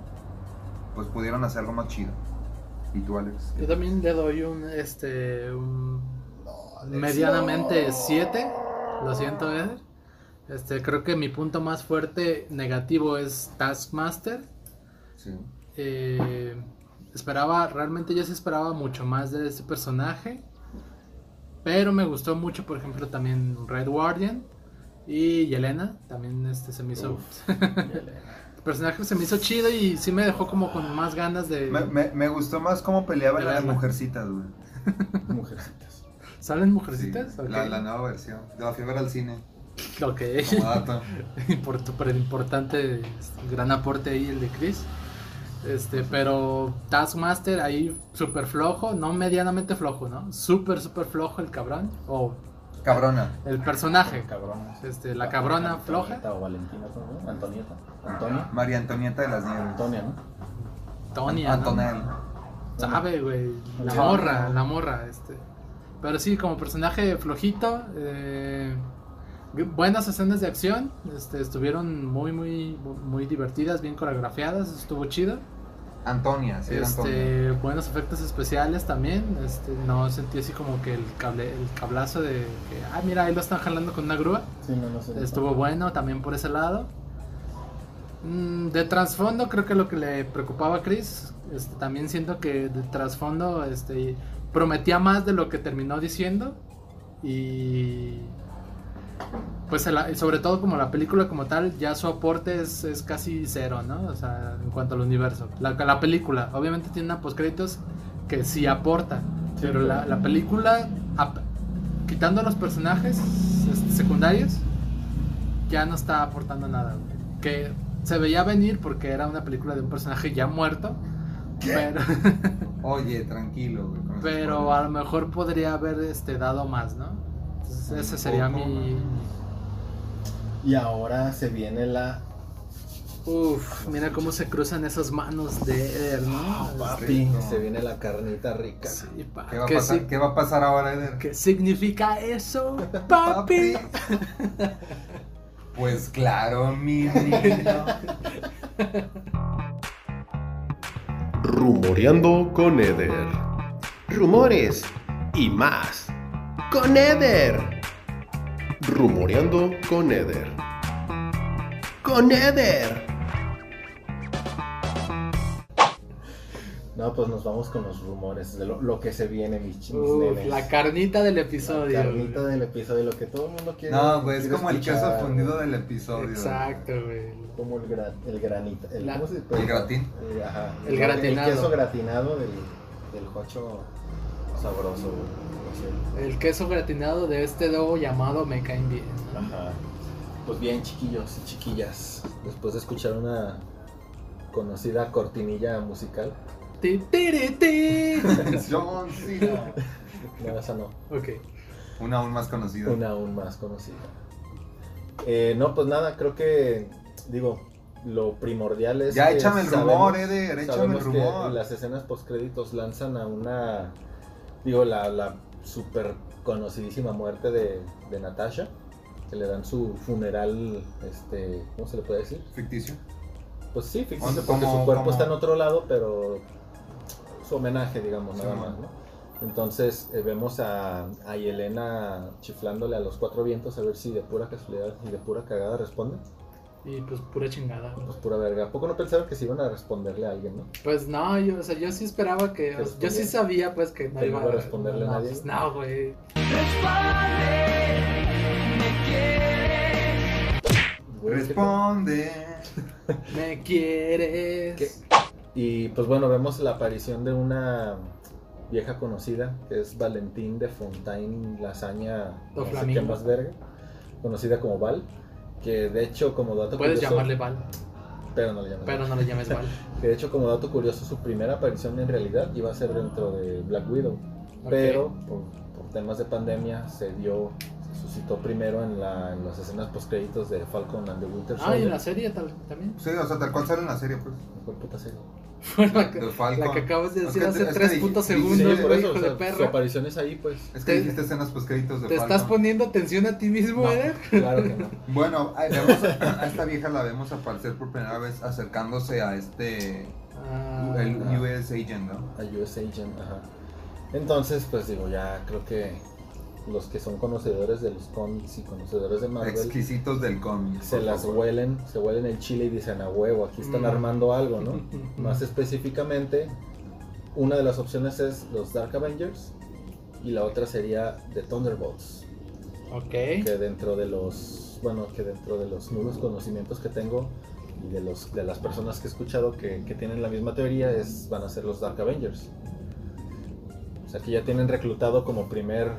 pues pudieron hacer algo más chido. ¿Y tú, Alex? Yo también le doy un, este, un medianamente 7. Lo siento, Eder. Este, creo que mi punto más fuerte negativo es Taskmaster. Sí. Eh, esperaba, realmente yo sí esperaba mucho más de este personaje. Pero me gustó mucho, por ejemplo, también Red Guardian y Yelena. También este se me hizo. el personaje se me hizo chido y sí me dejó como con más ganas de. Me, me- me gustó más cómo peleaban Era las la- mujercitas, güey. Mujercitas. ¿Salen Sí, mujercitas? Ok. la, la nueva versión. Yo la fui a ver al cine, Ok. como dato. Por tu- por el importante, este, gran aporte ahí el de Chris. Este, pero Taskmaster ahí súper flojo, no medianamente flojo, ¿no? Súper, súper flojo el cabrón. O Cabrona. el personaje. Cabrón. Este, la cabrona Antonieta floja. Ah, o Valentina, ¿no? Antonieta. Antonia. María Antonieta de las Nieves. Antonia, ¿no? Tonia. ¿no? Antonel. Sabe, güey. La Chava. morra, la morra, este. Pero sí, como personaje flojito. eh, gu- buenas escenas de acción. Este, estuvieron muy, muy, muy divertidas, bien coreografiadas. Estuvo chido. Antonia, sí, era Antonia. este, buenos efectos especiales también. Este, no sentí así como que el cable, el cablazo de que, ah, mira, ahí lo están jalando con una grúa. Sí, no, no sé. Estuvo bueno también por ese lado. Mm, De trasfondo, creo que lo que le preocupaba a Chris, este, también siento que de trasfondo este, prometía más de lo que terminó diciendo. Y pues se la- y sobre todo como la película como tal, ya su aporte es, es casi cero, ¿no? O sea, en cuanto al universo. La, la película, obviamente tiene una postcréditos que sí aporta, pero la, la película, ap- quitando los personajes este, secundarios, ya no está aportando nada. güey. Que se veía venir porque era una película de un personaje ya muerto. Pero, Oye, tranquilo, güey. con esos pero spoilers. a lo mejor podría haber este, dado más, ¿no? Entonces, ese sería poco, mi. Y ahora se viene la. Uf, mira cómo se cruzan esas manos de Eder, ¿no? Papi. rico. Se viene la carnita rica. Sí, pa- ¿Qué va, a ¿Qué, pasar, sig- ¿Qué va a pasar ahora, Eder? qué significa eso, papi? Pues claro, mi niño. Rumoreando con Eder. Rumores y más. Con Eder. Rumoreando con Eder. Con Eder. No, pues nos vamos con los rumores de lo, lo que se viene, mis, mis Uf, nenes. la carnita del La episodio. carnita güey. del episodio, lo que todo el mundo quiere. No, güey, es quiere como el queso escuchar, fundido güey. del episodio. Exacto, güey. Como el, gra- el granito. El, La- ¿cómo se dice? El gratín. Eh, ajá. El gratinado. El queso gratinado del, del jocho sabroso, güey. No sé. El queso gratinado de este dogo llamado Me Caen Bien. ¿no? Ajá. Pues bien, chiquillos y chiquillas. Después de escuchar una conocida cortinilla musical. Ti, tiri, ti. John Cena. No, esa no. ok. Una aún más conocida. Una aún más conocida. Eh, no, pues nada, creo que, digo, lo primordial es. Ya que échame el sabemos- rumor, Eder, échame el sabemos que rumor. las escenas postcréditos lanzan a una. Digo, la, la super conocidísima muerte de, de Natasha. Que le dan su funeral, este, ¿cómo se le puede decir? Ficticio. Pues sí, fíjense, Como- porque su cuerpo como- está en otro lado, pero su homenaje, digamos, nada Sí, más, man. ¿no? Entonces eh, vemos a, a Yelena chiflándole a los cuatro vientos a ver si de pura casualidad y de pura cagada responde. Y pues pura chingada. güey. Pues pura verga. ¿A poco no pensaron que se iban a responderle a alguien, no? Pues no, yo, o sea, yo sí esperaba que. o sea, yo sí sabía, pues, que no Que iba no iba a responderle a no, nadie. pues, no, güey. Güey, responde. Me quieres. Y pues bueno, vemos la aparición de una vieja conocida, que es Valentín de Fontaine Lasaña, O no sé Flamingo. qué más verga, conocida como Val, que de hecho como dato Puedes curioso- llamarle Val, pero no le llames pero Val. no le llames Val. Que de hecho como dato curioso su primera aparición en realidad iba a ser dentro de Black Widow, Ok. pero por, por temas de pandemia se dio, se suscitó primero en, la- en las escenas post créditos de Falcon and the Winter Ah, y en Soldier. la serie tal- también. Sí, o sea, tal cual sale en la serie, pues. Fue puta serie. Fue la que, De Falcon. la que acabas de Es decir que- hace es que tres dij- putos dijiste- Sí, segundos, por güey, eso, hijo o sea, de su perra. aparición es ahí, pues. Es que Te- dijiste escenas postcréditos de ¿Te Falcon. estás poniendo atención a ti mismo, ¿eh? No, Eder? claro que no. Bueno, a, vemos a- a esta vieja la vemos aparecer por primera vez acercándose a este Ah, el Ah. US agent, ¿no? A US Agent, ajá. Entonces, pues digo, ya creo que los que son conocedores de los cómics y conocedores de Marvel Exquisitos del cómic. se por las favor. huelen, se huelen el chile y dicen a huevo, aquí están Mm. armando algo, ¿no? Más específicamente, una de las opciones es los Dark Avengers y la otra sería The Thunderbolts, ok. que dentro de los, bueno, que dentro de los nuevos conocimientos que tengo y de, los, de las personas que he escuchado que, que tienen la misma teoría es van a ser los Dark Avengers. O sea, que ya tienen reclutado como primer,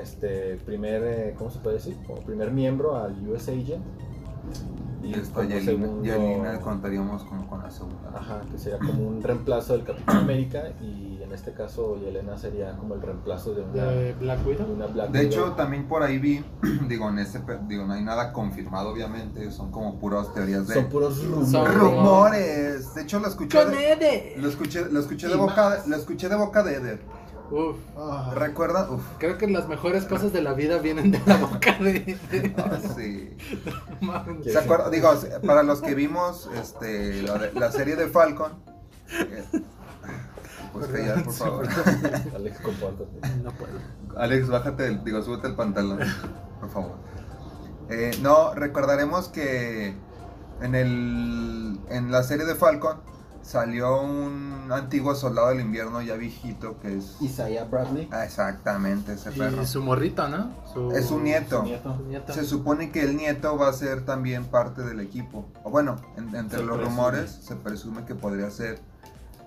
este, primer, eh, ¿cómo se puede decir? Como primer miembro al US Agent. Y esta como Yelena, segundo- Yelena contaríamos como con la segunda. Ajá, que sería como un reemplazo del Capitán América y en este caso Yelena sería como el reemplazo de una, De Black de Widow. una Black De hecho, Widow. también por ahí vi, digo, en ese, pe- digo, no hay nada confirmado, obviamente, son como puras teorías de son puros rumores. Son rumores. De hecho, lo escuché, ¡Con de, Eder! lo escuché, lo escuché de Y boca, lo escuché de boca de Eder. Uf, Ah, Recuerda, Uf, creo que las mejores cosas de la vida vienen de la boca de Eder. ah, sí. Mames. ¿Se acuerda? Digo, para los que vimos este, la, de- la serie de Falcon. eh, Pues callar, por favor. Alex, compórtate. No puedo. Alex, bájate, el- digo, súbete el pantalón, por favor. Eh, no, recordaremos que en, el, en la serie de Falcon salió un antiguo soldado del invierno ya viejito que es... Isaiah Bradley. Ah, exactamente, ese perro. Y su morrito, ¿no? Su- Es un nieto. su nieto. su nieto. Se supone que el nieto va a ser también parte del equipo. O bueno, en- entre Se los presume. rumores se presume que podría ser.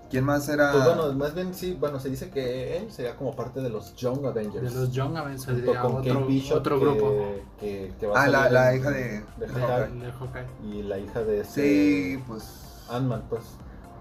¿Quién más era? Pues bueno, más bien sí, bueno, se dice que él sería como parte de los Young Avengers. De los Young Avengers junto sería con otro, Kate Bishop, otro que- grupo. Que, que va a ah, la, salir la en- hija de... de De, Hawkeye. de Hawkeye. Y la hija de este Sí, pues... Ant-Man, pues.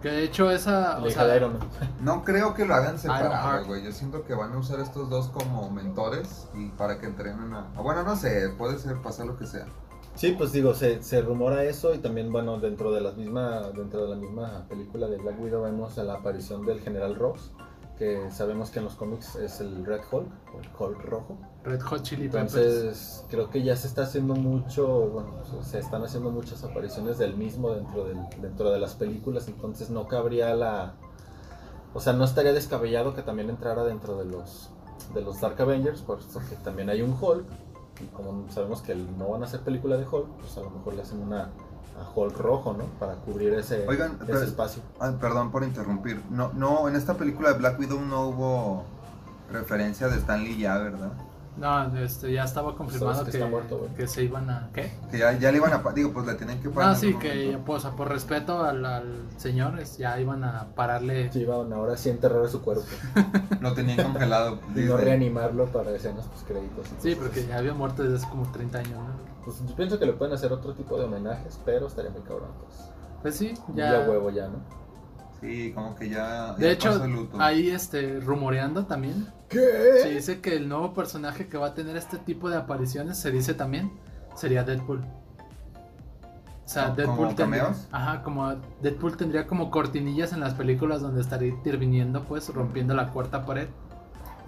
Que de hecho esa. Y Ah, o la hija sea, de Iron Man. No creo que lo hagan separado, Ironheart. güey. Yo siento que van a usar estos dos como mentores y para que entrenen a. ah, Bueno, no sé, puede ser, pasar lo que sea. Sí, pues digo, se, se rumora eso y también, bueno, dentro de, las misma, dentro de la misma película de Black Widow vemos a la aparición del General Ross, que sabemos que en los cómics es el Red Hulk, o el Hulk rojo. Red Hot Chili Peppers. Entonces, creo que ya se está haciendo mucho, bueno, pues, se están haciendo muchas apariciones del mismo dentro, del, dentro de las películas, entonces no cabría la... O sea, no estaría descabellado que también entrara dentro de los, de los Dark Avengers, porque también hay un Hulk, y como sabemos que no van a hacer película de Hulk, pues a lo mejor le hacen una a Hulk rojo, ¿no? Para cubrir ese, Oigan, ese pero- espacio. Ay, perdón por interrumpir. No, no, en esta película de Black Widow no hubo referencia de Stan Lee ya, ¿verdad? No, este, ya estaba confirmado Sabes que, que está muerto, güey. que se iban a. ¿Qué? Que ya, ya le iban a. pa- Digo, pues le tienen que parar. Ah, en sí, algún que momento. pues, por respeto al, al señor, es- ya iban a pararle. Sí, van ahora sí a enterrar su cuerpo Lo tenían congelado. y no Disney. reanimarlo para escenas pues, créditos. y Sí, cosas porque ya había muerto desde hace como 30 años, ¿no? Pues yo pienso que le pueden hacer otro tipo de homenajes, pero estaría muy cabrón, pues. Pues sí, Ya, ya. huevo ya, ¿no? Sí, como que ya. De ya hecho, pasó el luto. ahí este, rumoreando también, ¿Qué? se dice que el nuevo personaje que va a tener este tipo de apariciones, se dice también, sería Deadpool. O sea, ¿Como Deadpool tendría, cameos? ajá, como Deadpool tendría como cortinillas en las películas donde estaría interviniendo, pues rompiendo la cuarta pared.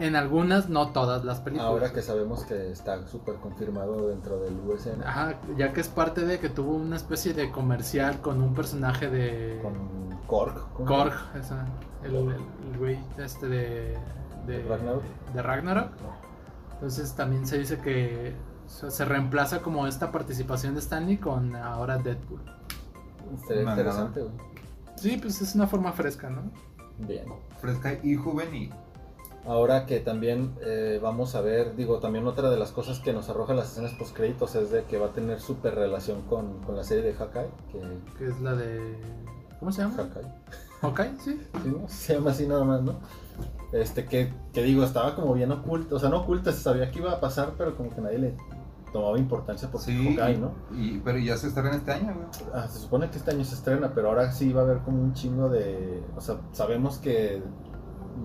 En algunas, no todas las películas. Ahora que sabemos que está súper confirmado dentro del USN Ajá, ya que es parte de que tuvo una especie de comercial con un personaje de con Korg. ¿cómo? Korg, esa, el, el- el güey este de, de, ¿De Ragnarok? de Ragnarok. Entonces también se dice que se se reemplaza como esta participación de Stanley con ahora Deadpool. Sería Una interesante, güey. Sí, pues es una forma fresca, ¿no? Bien. Fresca y juvenil. Ahora que también eh, vamos a ver, digo, también otra de las cosas que nos arroja las escenas post créditos es de que va a tener super relación con, con la serie de Hawkeye, que Que es la de. ¿Cómo se llama? Hawkeye, Ok, sí. sí, ¿no? se llama así nada más, ¿no? Este, que, que digo, estaba como bien oculto, o sea, no oculto, se sabía que iba a pasar, pero como que nadie le tomaba importancia porque Sí, Hawkeye, ¿no? y, pero ya se estará en este año, güey. Ah, se supone que este año se estrena, pero ahora sí va a haber como un chingo de. O sea, sabemos que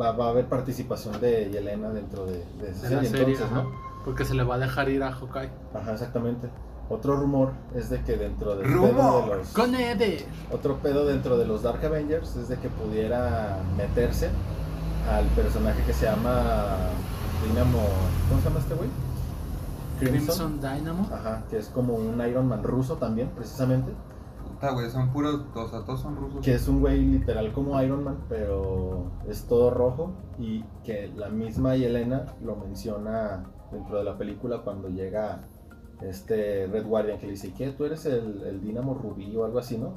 va, va a haber participación de Yelena dentro de, de esa De la serie, serie, entonces, ajá, ¿no? Porque se le va a dejar ir a Hawkeye. Ajá, exactamente. Otro rumor es de que dentro del ¡Rumor! pedo de los. Con Ede. Otro pedo dentro de los Dark Avengers es de que pudiera meterse al personaje que se llama Dynamo. ¿Cómo se llama este güey? Crimson Dynamo. Ajá, que es como un Iron Man ruso también, precisamente. Puta, güey, son puros, o sea, todos son rusos. Que es un güey literal como Iron Man, pero es todo rojo. Y que la misma Yelena lo menciona dentro de la película cuando llega este Red Guardian que le dice: ¿Qué? ¿Tú eres el, el Dínamo Rubí o algo así, no?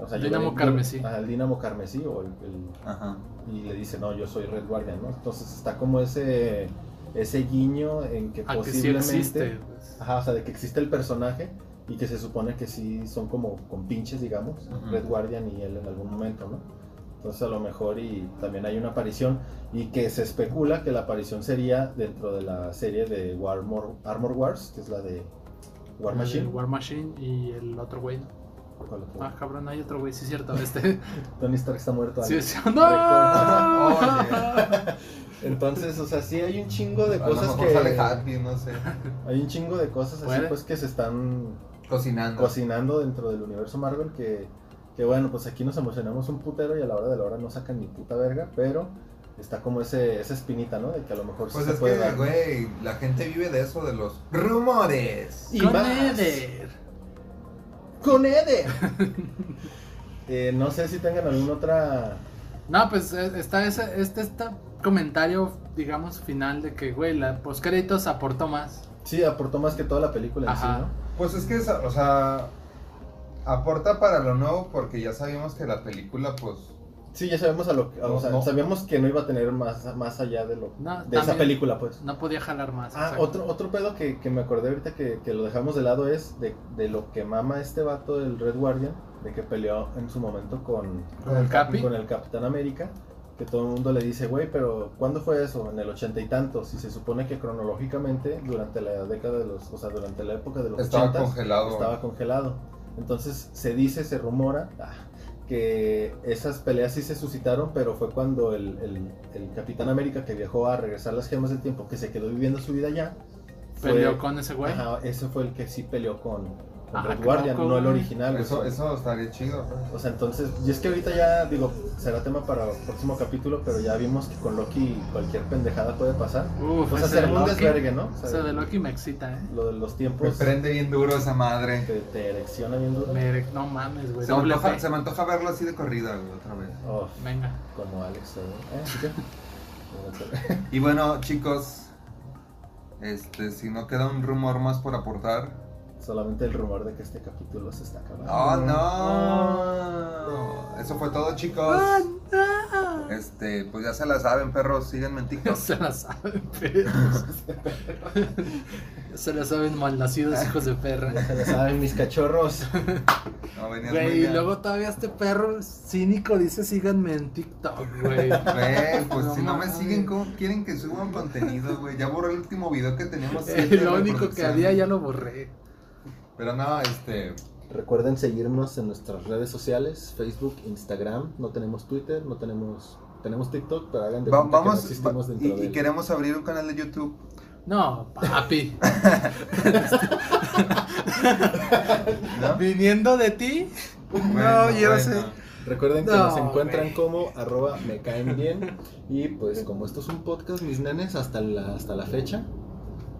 O yo- Dínamo yo- Carmesí. ajá, el Dínamo Carmesí. O el- el- Ajá. y le dice: No, yo soy Red Guardian, ¿no? Entonces está como ese, ese guiño en que A que sí posiblemente. existe. pues. Ajá, o sea, de que existe el personaje y que se supone que sí son como compinches, digamos, Ujú. Red Guardian y él en algún momento, ¿no? Entonces a lo mejor y también hay una aparición y que se especula que la aparición sería dentro de la serie de Warmor- Armor Wars, que es la de War El Machine. War Machine y el otro güey. ¿Cuál otro? Ah, cabrón, hay otro güey, sí es cierto. Este. Tony Stark está muerto. sí, ahí. sí. Recuerda. ¡No! Entonces, o sea, sí hay un chingo de A lo cosas mejor que... sale Happy, no sé, Hay un chingo de cosas así Puede. pues que se están cocinando. cocinando dentro del universo Marvel que, que bueno, pues aquí nos emocionamos un putero y a la hora de la hora no sacan ni puta verga, pero está como ese, esa espinita, ¿no? De que a lo mejor sí Pues se es puede que, dar. güey, la gente vive de eso, de los rumores. Y Con más. Eder. ¡Con Eder! Eh, no sé si tengan alguna otra... No, pues eh, está ese, este, este comentario, digamos, final de que, güey, la postcréditos aportó más. Sí, aportó más que toda la película en Ajá. sí, Pues es que, esa- o sea, aporta para lo nuevo porque ya sabíamos que la película, pues, ¿no? Sí, ya sabemos a lo que... o No, sea, no. sabíamos que no iba a tener más, más allá de lo... No, de esa también película, pues. No podía jalar más. Ah, exacto. otro, otro pedo que, que me acordé ahorita que, que lo dejamos de lado es de, de lo que mama este vato del Red Guardian, de que peleó en su momento con, Con el Capi. con el Capitán América, que todo el mundo le dice, güey, pero ¿cuándo fue eso? En el ochenta y tantos, y se supone que cronológicamente durante la década de los, o sea, durante la época de los estaba ochentas, congelado. estaba congelado. Entonces se dice, se rumora ah, que esas peleas sí se suscitaron, pero fue cuando el, el- el Capitán América que viajó a regresar las gemas del tiempo, que se quedó viviendo su vida allá, fue- Peleó con ese güey. Ajá, ese fue el que sí peleó con, con Ah, Red qué Guardian, loco, no el güey. original. güey. Eso, eso estaría chido. pues. O sea, entonces, y es que ahorita ya, digo, será tema para el próximo capítulo, pero ya vimos que con Loki cualquier pendejada puede pasar. Uf, O sea, ese de será un Loki. desvergue, ¿no? O sea, Ese de Loki me excita, eh. lo de los Me tiempos te, prende bien duro esa madre. te erecciona bien duro. Me- no mames, güey. Se me, doble antoja, P. se me antoja verlo así de corrida, güey, otra vez. Oh, Venga. como Alex. ¿eh? Eh, ¿sí qué? Y bueno, chicos, este, si no queda un rumor más por aportar. Solamente el rumor de que este capítulo se está acabando. ¡Oh, Ah, no! Eso fue todo, chicos. Ah, Este, pues ya se la saben, perros. Síganme en TikTok. Se la saben, perros. Se la saben malnacidos hijos de perra. Ya se la saben mis cachorros. No, venías muy Güey, y bien. luego todavía este perro cínico dice síganme en TikTok, güey. Güey, pues No si no me mames. siguen, ¿cómo quieren que suban contenido, güey? Ya borré el último video que teníamos. siete Lo único que reproducciones. había ya lo borré. Pero no, este. Recuerden seguirnos en nuestras redes sociales, Facebook, Instagram. No tenemos Twitter, no tenemos... Tenemos TikTok, pero hagan de va- cuenta que no vamos. existimos va- dentro y, de y él. queremos abrir un canal de YouTube. No, papi. ¿no? Viniendo de ti, Bueno, yo bueno. sé. Recuerden que No, nos encuentran güey. como arroba me caen bien. Y pues como esto es un podcast, mis nenes, hasta la, hasta la fecha,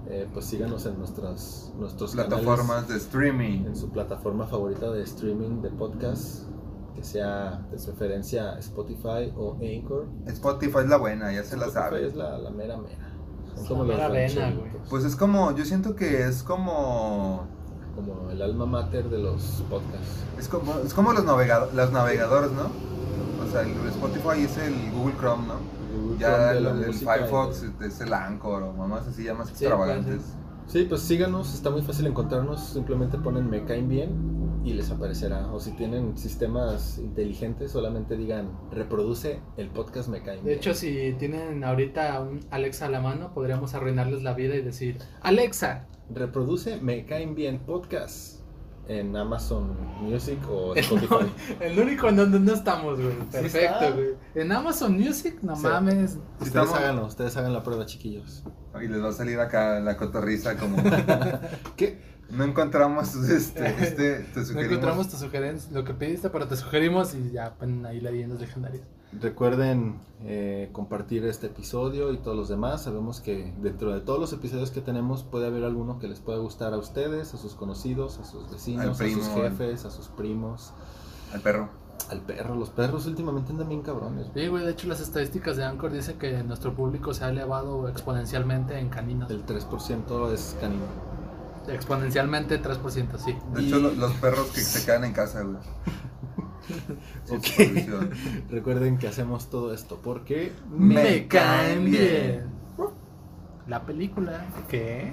eh, pues síganos en nuestras nuestros canales. Plataformas de streaming. en su plataforma favorita de streaming de podcast, que sea de preferencia Spotify o Anchor. Spotify es la buena, ya se la Spotify sabe. Es la, la mera mera. Son La como los mera vena, rancheritos, Pues es como, yo siento que es como. como el alma mater de los podcasts. Es como, es como los, navegado- los navegadores, ¿no? O sea, el Spotify es el Google Chrome, ¿no? reboot Ya de la el, el música y- Firefox es el Anchor o mamás así ya más Sí, extravagantes. Sí, pues síganos, está muy fácil encontrarnos, simplemente ponen me caen bien y les aparecerá. O si tienen sistemas inteligentes, solamente digan reproduce el podcast me caen De bien. hecho, si tienen ahorita un Alexa a la mano, podríamos arruinarles la vida y decir, Alexa, Reproduce me caen bien podcast en Amazon Music o Spotify. el único en donde no estamos, güey. está. Perfecto, güey. En Amazon Music, no Sí. mames. ustedes háganlo, ustedes hagan la prueba, chiquillos. Y les va a salir acá la cotorriza como ¿Qué? no encontramos este, este te No sugerimos. encontramos tu sugerencia, lo que pediste, pero te sugerimos y ya ponen ahí leyendas legendarias. Recuerden eh, compartir este episodio y todos los demás. Sabemos que dentro de todos los episodios que tenemos puede haber alguno que les pueda gustar a ustedes, a sus conocidos, a sus Al vecinos, primo, a sus al- jefes, a sus primos, al perro. al perro. Los perros últimamente andan bien cabrones. Sí, güey, de hecho las estadísticas de Anchor dicen que nuestro público se ha elevado exponencialmente en caninos. El 3% es canino. Exponencialmente 3%, sí. De Y- hecho, lo- los perros que se quedan en casa, güey. Sin Ok. supervisión. Recuerden que hacemos todo esto porque Me caen bien. La película. ¿Qué?